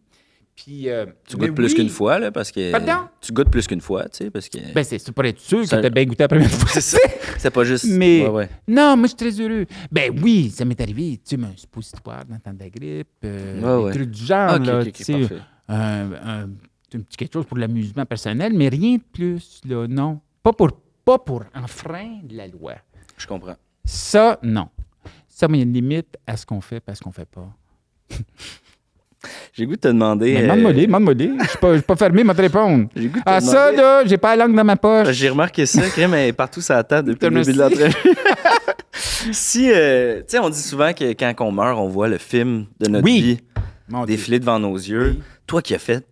Speaker 3: Puis. euh,
Speaker 1: Tu
Speaker 3: mais
Speaker 1: goûtes plus
Speaker 3: oui.
Speaker 1: qu'une fois, là, parce que.
Speaker 3: Pardon?
Speaker 1: Tu goûtes plus qu'une fois, tu sais, parce que.
Speaker 3: Ben, c'est c'est pour être sûr
Speaker 1: Ça-
Speaker 3: que t'as bien goûté la première fois.
Speaker 1: c'est ça. C'est pas juste.
Speaker 3: Mais
Speaker 1: Ouais, ouais.
Speaker 3: non, moi, je suis très heureux. Ben oui, ça m'est arrivé. Tu sais, un suppositoire dans le temps de la grippe, euh,
Speaker 1: Ouais,
Speaker 3: des
Speaker 1: ouais.
Speaker 3: trucs du genre.
Speaker 1: Ok,
Speaker 3: là,
Speaker 1: ok, ok,
Speaker 3: tu sais,
Speaker 1: parfait.
Speaker 3: un- un- un petit quelque chose pour l'amusement personnel, mais rien de plus, là, non. Pas pour, pas pour enfreindre la loi.
Speaker 1: Je comprends.
Speaker 3: Ça, non. Ça, mais il y a une limite à ce qu'on fait parce qu'on fait pas.
Speaker 1: J'ai le goût de te demander.
Speaker 3: Mais
Speaker 1: euh,
Speaker 3: m'emmolé, m'emmolé. Je suis pas- je suis pas fermé, m'a te répondre.
Speaker 1: J'ai le goût de te
Speaker 3: Ah, ça,
Speaker 1: demander- euh,
Speaker 3: là, j'ai pas la langue dans ma poche.
Speaker 1: J'ai remarqué ça, Crème, mais partout sur la table depuis
Speaker 3: Putain,
Speaker 1: le début de
Speaker 3: merci.
Speaker 1: l'entrevue. si, euh, tu sais, on dit souvent que quand on meurt, on voit le film de notre
Speaker 3: Oui.
Speaker 1: vie.
Speaker 3: Mon Dieu.
Speaker 1: défiler devant nos yeux. Toi qui as fait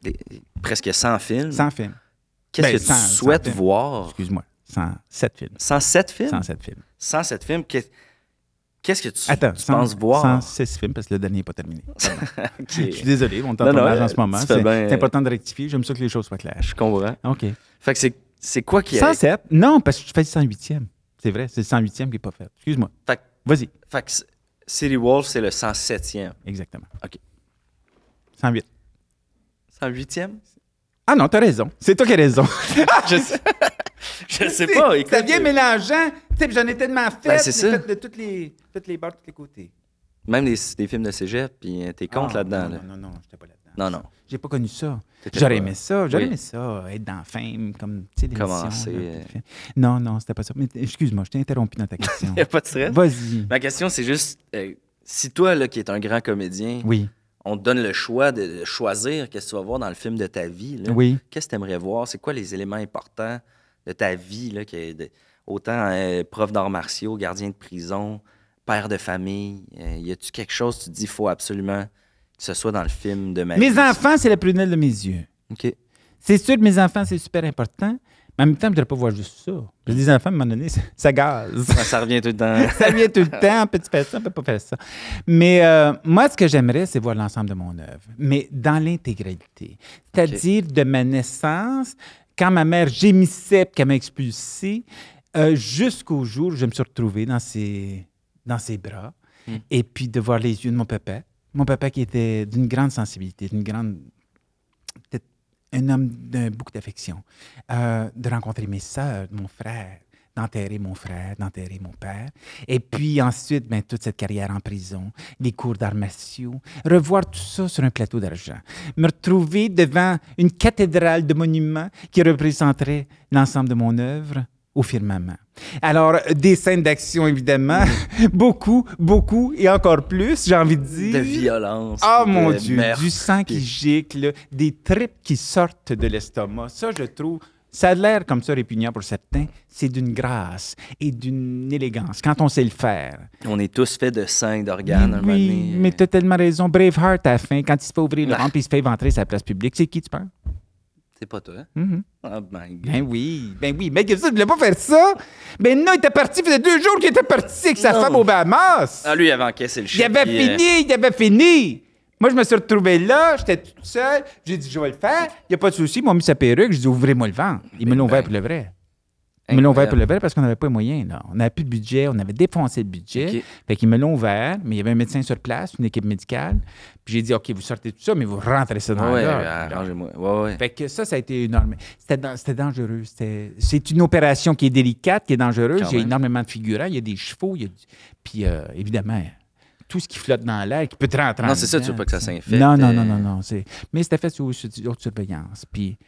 Speaker 1: des- presque 100 films,
Speaker 3: Sans film.
Speaker 1: qu'est-ce
Speaker 3: ben,
Speaker 1: que tu
Speaker 3: 100, 100
Speaker 1: souhaites
Speaker 3: films.
Speaker 1: voir?
Speaker 3: Excuse-moi. 107 films.
Speaker 1: 107 films?
Speaker 3: 107 films.
Speaker 1: 107 films, qu'est- qu'est-ce que tu,
Speaker 3: Attends,
Speaker 1: tu
Speaker 3: 100
Speaker 1: penses voir?
Speaker 3: 106 films parce que le dernier n'est pas terminé.
Speaker 1: Ok.
Speaker 3: Je suis désolé, on est en
Speaker 1: Non, non,
Speaker 3: tournage en
Speaker 1: euh,
Speaker 3: ce moment.
Speaker 1: tu fais
Speaker 3: C'est
Speaker 1: bien,
Speaker 3: c'est
Speaker 1: euh,
Speaker 3: important de rectifier. J'aime ça que les choses soient claires.
Speaker 1: Je comprends.
Speaker 3: OK.
Speaker 1: Fait que c'est- c'est quoi qui est...
Speaker 3: 107? Non, parce que je fais le 108e. C'est vrai, c'est le 108e qui n'est pas fait. Excuse-moi.
Speaker 1: Fait, que-
Speaker 3: Vas-y.
Speaker 1: fait que c- City Wolf, c'est le 107e.
Speaker 3: Exactement.
Speaker 1: OK.
Speaker 3: 108.
Speaker 1: 108e?
Speaker 3: Ah non, t'as raison. C'est toi qui as raison.
Speaker 1: Je sais, je sais
Speaker 3: Ah, C'est-
Speaker 1: pas. écoute. euh,
Speaker 3: Ça vient mélangeant. Tu sais, j'en ai tellement fait.
Speaker 1: Ben, c'est
Speaker 3: j'ai
Speaker 1: ça.
Speaker 3: fait de toutes les, toutes les barres, de tous les côtés.
Speaker 1: Même des, des films de cégep, puis euh, t'es contre
Speaker 3: Ah,
Speaker 1: là-dedans.
Speaker 3: Non,
Speaker 1: là.
Speaker 3: non, non, non, j'étais pas là-dedans.
Speaker 1: Non, non.
Speaker 3: J'ai pas connu ça.
Speaker 1: T'étais
Speaker 3: J'aurais
Speaker 1: pas-
Speaker 3: aimé ça. J'aurais
Speaker 1: Oui.
Speaker 3: aimé ça. Être dans Fame, comme, tu sais, des
Speaker 1: Commencer,
Speaker 3: missions, là,
Speaker 1: euh.
Speaker 3: tout fait. Non, non, c'était pas ça. Mais t- excuse-moi, je t'ai interrompu dans ta question.
Speaker 1: Y a pas de stress?
Speaker 3: Vas-y.
Speaker 1: Ma question, c'est juste, euh, si toi, là, qui es un grand comédien,
Speaker 3: Oui,
Speaker 1: on te donne le choix de de choisir qu'est-ce que tu vas voir dans le film de ta vie, là,
Speaker 3: oui.
Speaker 1: qu'est-ce que tu aimerais voir? C'est quoi les éléments importants de ta vie? Là, que de- autant euh, prof d'arts martiaux, gardien de prison, père de famille, euh, y a-tu quelque chose que tu te dis faut absolument que ce soit dans le film de ma vie?
Speaker 3: Mes enfants, c'est la prunelle de mes yeux.
Speaker 1: OK.
Speaker 3: C'est sûr que mes enfants, c'est super important. Mais en même temps, je ne voudrais pas voir juste ça. Parce que les enfants, à un moment donné, ça, ça gaze.
Speaker 1: Ouais, Ah, Ça revient tout le temps.
Speaker 3: Euh, ça vient tout le temps. Peux-tu faire ça? Peux pas faire ça. Mais euh, moi, ce que j'aimerais, c'est voir l'ensemble de mon œuvre, mais dans l'intégralité. C'est-à-dire de ma naissance, quand ma mère gémissait puis qu'elle m'a expulsé, euh, jusqu'au jour où je me suis retrouvé dans ses, dans ses bras, et puis de voir les yeux de mon papa. Mon papa qui était d'une grande sensibilité, d'une grande peut-être un homme d'un beaucoup d'affection, euh, de rencontrer mes sœurs, mon frère, d'enterrer mon frère, d'enterrer mon père. Et puis ensuite, ben, toute cette carrière en prison, les cours d'arts martiaux, revoir tout ça sur un plateau d'argent, me retrouver devant une cathédrale de monuments qui représenterait l'ensemble de mon œuvre au firmament. Alors, des scènes d'action, évidemment, beaucoup, beaucoup, et encore plus, j'ai envie de dire.
Speaker 1: de violence.
Speaker 3: Ah
Speaker 1: de
Speaker 3: mon Dieu,
Speaker 1: meurtre.
Speaker 3: du sang qui
Speaker 1: puis-
Speaker 3: gicle, des tripes qui sortent de l'estomac. Ça, je trouve, ça a l'air comme ça répugnant pour certains. C'est d'une grâce et d'une élégance quand on sait le faire.
Speaker 1: On est tous faits de sang et d'organes à un moment
Speaker 3: oui,
Speaker 1: donné. euh,
Speaker 3: mais t'as tellement raison. Braveheart à la fin, quand il se fait ouvrir le
Speaker 1: Ah.
Speaker 3: ventre et il se fait ventrer sa place publique, c'est qui tu penses?
Speaker 1: C'est pas toi.
Speaker 3: Mhm.
Speaker 1: Ah my God.
Speaker 3: Ben oui, ben oui. Mais Gibson ne voulait pas faire ça. Ben non, il était parti. Il faisait deux jours qu'il était parti avec sa
Speaker 1: Non.
Speaker 3: femme au Bahamas.
Speaker 1: Ah, lui, il avait encaissé le
Speaker 3: Il
Speaker 1: chien.
Speaker 3: avait
Speaker 1: puis, euh,
Speaker 3: fini, il avait fini. Moi, je me suis retrouvé là, j'étais tout seul. J'ai dit, je vais le faire. Il n'y a pas de souci. Ils m'ont mis sa perruque. J'ai dit, ouvrez-moi le ventre. Ils
Speaker 1: Ben,
Speaker 3: me l'ont ouvert pour le vrai. Ils me l'ont ouvert pour le vrai parce qu'on n'avait pas les moyens. Là. On n'avait plus de budget. On avait défoncé le budget.
Speaker 1: Ok.
Speaker 3: Fait qu'ils me l'ont ouvert, mais il y avait un médecin sur place, une équipe médicale. Puis j'ai dit, OK, vous sortez tout ça, mais vous rentrez ça dans
Speaker 1: Ouais, ben,
Speaker 3: l'ordre.
Speaker 1: arrangez-moi. Ouais, ouais.
Speaker 3: Fait que ça, ça a été énorme. C'était dan- c'était dangereux. C'était- C'est une opération qui est délicate, qui est dangereuse.
Speaker 1: Quand
Speaker 3: Il y a
Speaker 1: même.
Speaker 3: énormément de figurants. Il y a des chevaux. il y a du- Puis, euh, évidemment, tout ce qui flotte dans l'air, qui peut te rentrer.
Speaker 1: Non,
Speaker 3: en
Speaker 1: c'est ça, tu
Speaker 3: dedans,
Speaker 1: veux pas que ça
Speaker 3: tu sais.
Speaker 1: s'infecte,
Speaker 3: Non, non,
Speaker 1: euh.
Speaker 3: non, non. non c'est- Mais c'était fait sous, sous haute surveillance. Puis,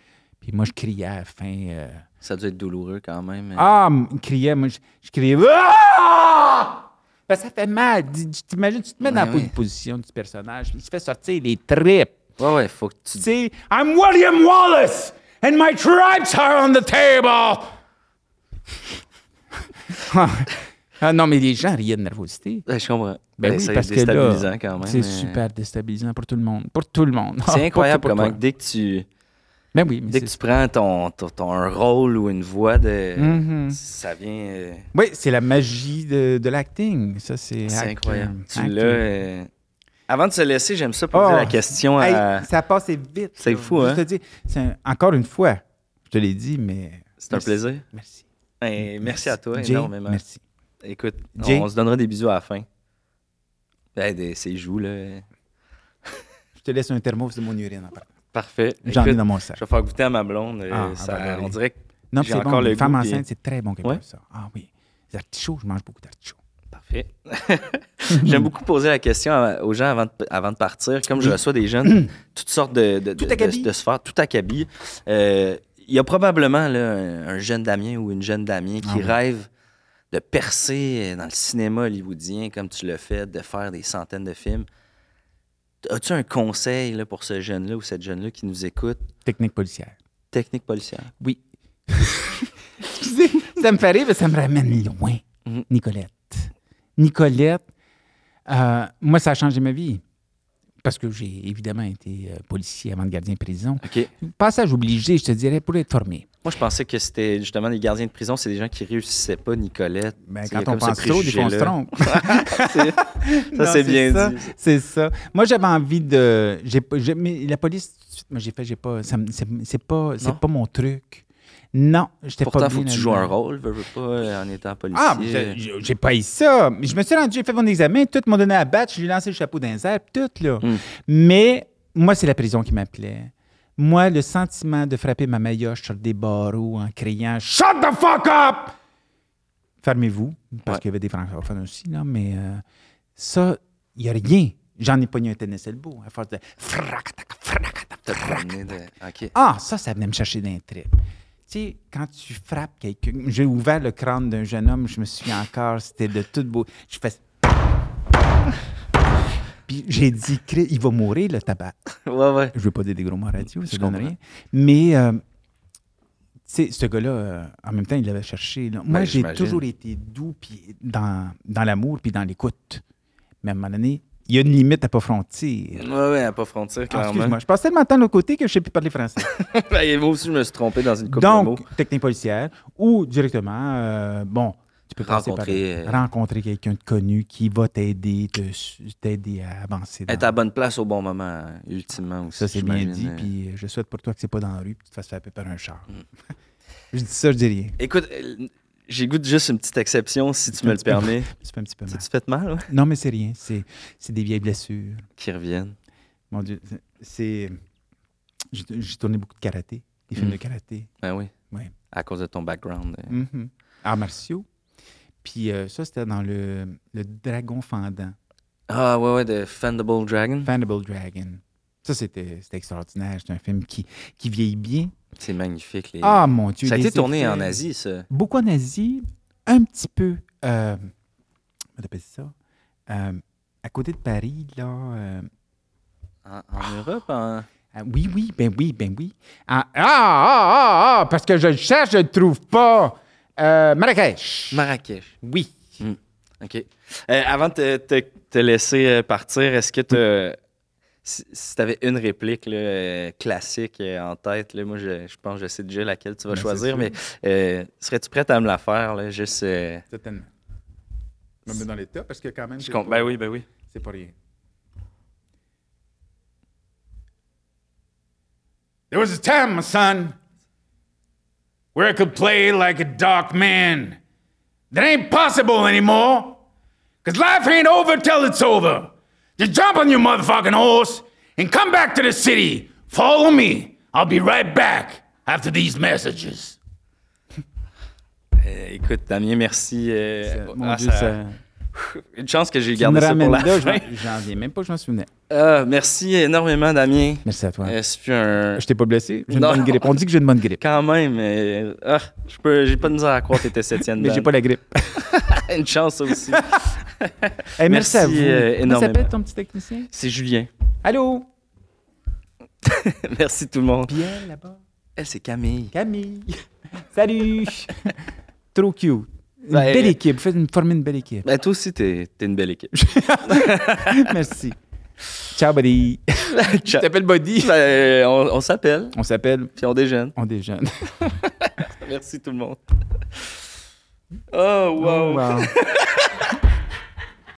Speaker 3: puis moi, je criais à la fin. euh,
Speaker 1: Ça doit être douloureux quand même.
Speaker 3: Ah, m- il criait. Moi, je, je criais. Ah! Parce que ça fait mal. Tu tu t'imagines, tu te mets dans
Speaker 1: Ouais,
Speaker 3: la
Speaker 1: ouais.
Speaker 3: position du personnage. Il se fait sortir les tripes.
Speaker 1: Ouais, ouais, faut que tu.
Speaker 3: Tu sais, I'm William Wallace and my tribes are on the table. ah non, mais les gens riaient de nervosité.
Speaker 1: Ouais, je comprends. Mais
Speaker 3: Ben oui,
Speaker 1: c'est
Speaker 3: parce que
Speaker 1: déstabilisant
Speaker 3: là,
Speaker 1: quand même.
Speaker 3: c'est
Speaker 1: mais-
Speaker 3: super déstabilisant pour tout le monde. Pour tout le monde. Ah,
Speaker 1: C'est incroyable
Speaker 3: pas que pour
Speaker 1: comment
Speaker 3: toi.
Speaker 1: dès que tu
Speaker 3: Ben oui, mais
Speaker 1: dès
Speaker 3: c'est-
Speaker 1: que tu prends ton, ton, ton- un rôle ou une voix de
Speaker 3: Mhm.
Speaker 1: ça vient euh,
Speaker 3: Oui, c'est la magie de, de l'acting. Ça, c'est...
Speaker 1: c'est
Speaker 3: acting.
Speaker 1: incroyable. Tu
Speaker 3: Acting.
Speaker 1: l'as euh, Avant de se laisser, j'aime ça poser
Speaker 3: Oh.
Speaker 1: la question à
Speaker 3: Hey, ça a passé vite.
Speaker 1: euh, C'est
Speaker 3: là.
Speaker 1: fou,
Speaker 3: Je
Speaker 1: hein?
Speaker 3: te dis, c'est un- encore une fois, je te l'ai dit, mais...
Speaker 1: C'est un
Speaker 3: Merci.
Speaker 1: plaisir.
Speaker 3: Merci.
Speaker 1: Hey, merci à toi
Speaker 3: Jay,
Speaker 1: énormément.
Speaker 3: Merci.
Speaker 1: Écoute,
Speaker 3: Jay.
Speaker 1: on se donnera des bisous à la fin. Hey, des- ces joues là.
Speaker 3: Je te laisse un thermos de mon urine. en partant.
Speaker 1: Parfait.
Speaker 3: J'en ai
Speaker 1: Écoute,
Speaker 3: dans mon sac.
Speaker 1: Je vais faire goûter à ma blonde. euh,
Speaker 3: Ah,
Speaker 1: ça-
Speaker 3: ah ben oui.
Speaker 1: on dirait que
Speaker 3: Non,
Speaker 1: J'ai
Speaker 3: c'est
Speaker 1: encore
Speaker 3: bon.
Speaker 1: le
Speaker 3: Les femmes
Speaker 1: goût, puis-
Speaker 3: enceintes, c'est très bon quelque
Speaker 1: Ouais?
Speaker 3: chose, ça. Ah oui. Les artichauts, je mange beaucoup d'artichauts.
Speaker 1: Parfait. J'aime beaucoup poser la question à- aux gens avant de, avant de partir. Comme je reçois des jeunes, toutes sortes de, de, de,
Speaker 3: Tout acabit.
Speaker 1: de- de sphères, tout acabit. Euh, Il y a probablement là, un, un jeune Damien ou une jeune Damien qui
Speaker 3: Ah oui.
Speaker 1: rêve de percer dans le cinéma hollywoodien comme tu le fais, de faire des centaines de films. As-tu un conseil là, pour ce jeune-là ou cette jeune-là qui nous écoute?
Speaker 3: Technique policière.
Speaker 1: Technique policière.
Speaker 3: Oui. Excusez, ça me fait rire, mais ça me ramène loin.
Speaker 1: Mhm.
Speaker 3: Nicolette. Nicolette, euh, moi, ça a changé ma vie. parce que j'ai évidemment été euh, policier avant de gardien de prison.
Speaker 1: OK.
Speaker 3: Passage obligé, je te dirais, pour être formé.
Speaker 1: Moi, je pensais que c'était justement les gardiens de prison, c'est des gens qui réussissaient pas, Nicolette.
Speaker 3: Mais
Speaker 1: Tu sais, il y a
Speaker 3: quand on
Speaker 1: comme ce
Speaker 3: pense trop, des fois, on se
Speaker 1: préjugé-là.
Speaker 3: trompe.
Speaker 1: Ça,
Speaker 3: Non,
Speaker 1: c'est bien
Speaker 3: ça,
Speaker 1: dit.
Speaker 3: C'est ça. Moi, j'avais envie de. j'ai pas- j'ai- mais la police, tout de suite, moi, j'ai fait, j'ai pas. ça me- C'est c'est pas, c'est
Speaker 1: Non?
Speaker 3: pas mon truc. Non, j'étais pas.
Speaker 1: Pourtant, faut que
Speaker 3: bien
Speaker 1: tu joues un
Speaker 3: là-dedans.
Speaker 1: rôle, veux, veux pas, euh, en étant policier. euh,
Speaker 3: Ah, mais j'ai- j'ai- j'ai pas eu ça. Mais Je me suis rendu, j'ai fait mon examen, tout m'ont donné à battre, je lui ai lancé le chapeau dans les airs, tout, là.
Speaker 1: Mm.
Speaker 3: Mais moi, c'est la prison qui m'appelait. Moi, le sentiment de frapper ma maillotche sur des barreaux en criant Shut the fuck up! Fermez-vous, parce
Speaker 1: Ouais.
Speaker 3: qu'il y avait des francophones aussi, là, mais euh, ça, il n'y a rien. J'en ai pogné un tennis elbow à force de fracatac, fracatac,
Speaker 1: T'as promené de- OK.
Speaker 3: ah, ça, ça venait me chercher d'un trip. Tu sais, quand tu frappes quelqu'un, j'ai ouvert le crâne d'un jeune homme, je me souviens encore, c'était de toute beau. Je fais. Puis j'ai dit, Chris, il va mourir, le tabac.
Speaker 1: Ouais, ouais.
Speaker 3: Je veux pas dire des gros mots à radio, ça donne
Speaker 1: comprends.
Speaker 3: rien. Mais, euh, tu sais, ce gars-là, euh, en même temps, il l'avait cherché. là. Moi,
Speaker 1: Ben,
Speaker 3: j'ai
Speaker 1: j'imagine.
Speaker 3: toujours été doux puis dans, dans l'amour puis dans l'écoute. Mais à un moment donné, il y a une limite à pas frontir.
Speaker 1: Ouais, ouais, à pas frontière,
Speaker 3: Ah,
Speaker 1: clairement.
Speaker 3: Excuse-moi, je passe tellement de temps de l'autre côté que je sais plus parler français.
Speaker 1: Et moi aussi, je me suis trompé dans une coupe de mots.
Speaker 3: Donc, technique policière ou directement, euh, bon, tu peux passer
Speaker 1: Rencontrer, euh,
Speaker 3: par- rencontrer quelqu'un de connu qui va t'aider, te su- t'aider à avancer. dans-
Speaker 1: Être à la bonne place au bon moment, hein, ultimement aussi.
Speaker 3: ça, c'est bien
Speaker 1: j'imagine,
Speaker 3: dit.
Speaker 1: euh.
Speaker 3: Puis euh, je souhaite pour toi que c'est pas dans la rue puis que tu te fasses frapper par un char.
Speaker 1: Mm.
Speaker 3: je dis ça, je dis rien.
Speaker 1: Écoute, euh, j'ai goût de juste une petite exception, si tu
Speaker 3: Un
Speaker 1: me le
Speaker 3: petit peu.
Speaker 1: permets.
Speaker 3: Ça fait un petit peu mal.
Speaker 1: Tu fais mal, ouais?
Speaker 3: Non, mais c'est rien. C'est c'est des vieilles blessures.
Speaker 1: Qui reviennent.
Speaker 3: Mon Dieu, c'est- c'est. J'ai j'ai tourné beaucoup de karaté, des films
Speaker 1: Mm.
Speaker 3: de karaté.
Speaker 1: Ben oui.
Speaker 3: Ouais.
Speaker 1: À cause de ton background. euh.
Speaker 3: Mhm. Arts martiaux. Puis euh, ça, c'était dans le, le dragon fendant.
Speaker 1: Ah, ouais, ouais, de Fendable Dragon.
Speaker 3: Fandible Dragon. Ça, c'était c'était extraordinaire. C'est un film qui, qui vieillit bien.
Speaker 1: C'est magnifique. Les...
Speaker 3: Ah, mon Dieu.
Speaker 1: ça a
Speaker 3: les
Speaker 1: été tourné
Speaker 3: effets.
Speaker 1: en Asie, ça.
Speaker 3: Beaucoup en Asie, un petit peu. Euh, comment on appelle ça? Euh, à côté de Paris, là. euh,
Speaker 1: En, en Europe, en...
Speaker 3: ah, oui, oui, ben oui, ben oui. Ah, ah, ah, ah, parce que je le cherche, je le trouve pas. Euh, Marrakech.
Speaker 1: Marrakech.
Speaker 3: oui.
Speaker 1: OK. Euh, avant de te, te- te laisser euh, partir, est-ce que tu Si, tu avais une réplique là, euh, classique euh, en tête, là, moi, je, je pense que je sais déjà laquelle tu vas
Speaker 3: Ben, c'est
Speaker 1: choisir,
Speaker 3: sûr.
Speaker 1: mais euh, serais-tu prête à me la faire? Là, juste, euh,
Speaker 3: Certainement. Je me mets dans l'état parce que quand même,
Speaker 1: je
Speaker 3: c'est
Speaker 1: compte-
Speaker 3: pas-
Speaker 1: Ben oui, ben oui.
Speaker 3: c'est pas rien.
Speaker 5: There was a time, my son, where I could play like a dark man. That ain't possible anymore. Cause life ain't over till it's over. Just jump on your motherfucking horse and come back to the city. Follow me. I'll be right back after these messages.
Speaker 1: Euh, écoute, Damien, merci. euh,
Speaker 3: Euh, Mon
Speaker 1: ah,
Speaker 3: Dieu,
Speaker 1: ça-
Speaker 3: ça...
Speaker 1: Une chance que j'ai
Speaker 3: Tu me
Speaker 1: gardé ça pour
Speaker 3: ramènes
Speaker 1: la
Speaker 3: là,
Speaker 1: fin.
Speaker 3: j'en- J'en viens même pas, que je m'en souvenais.
Speaker 1: Ah, merci énormément, Damien.
Speaker 3: Merci à toi.
Speaker 1: Euh, c'est plus un...
Speaker 3: Je t'ai pas blessé. J'ai une
Speaker 1: Non.
Speaker 3: bonne grippe. On dit que j'ai une bonne grippe.
Speaker 1: Quand même, euh, ah, je peux, j'ai pas de misère à croire que t'étais septième.
Speaker 3: Mais j'ai
Speaker 1: Dan.
Speaker 3: pas la grippe.
Speaker 1: une chance ça aussi. Merci,
Speaker 3: Hey, Eh, merci, à vous.
Speaker 1: euh,
Speaker 3: Comment
Speaker 1: énormément.
Speaker 3: s'appelle ton petit technicien?
Speaker 1: C'est Julien.
Speaker 3: Allô?
Speaker 1: Merci tout le monde.
Speaker 3: Pierre là-bas.
Speaker 1: Elle, Eh, c'est Camille.
Speaker 3: Camille. Salut. Trop cute. Une
Speaker 1: Ben,
Speaker 3: belle
Speaker 1: euh,
Speaker 3: équipe. Vous faites une, formez une belle équipe.
Speaker 1: Ben, toi aussi, t'es, t'es une belle équipe.
Speaker 3: merci. Ciao, buddy.
Speaker 1: Ciao.
Speaker 3: t'appelle Buddy.
Speaker 1: Ben, on, on s'appelle,
Speaker 3: On s'appelle.
Speaker 1: puis on déjeune.
Speaker 3: On déjeune.
Speaker 1: Merci tout le monde. Oh, wow.
Speaker 3: Wow.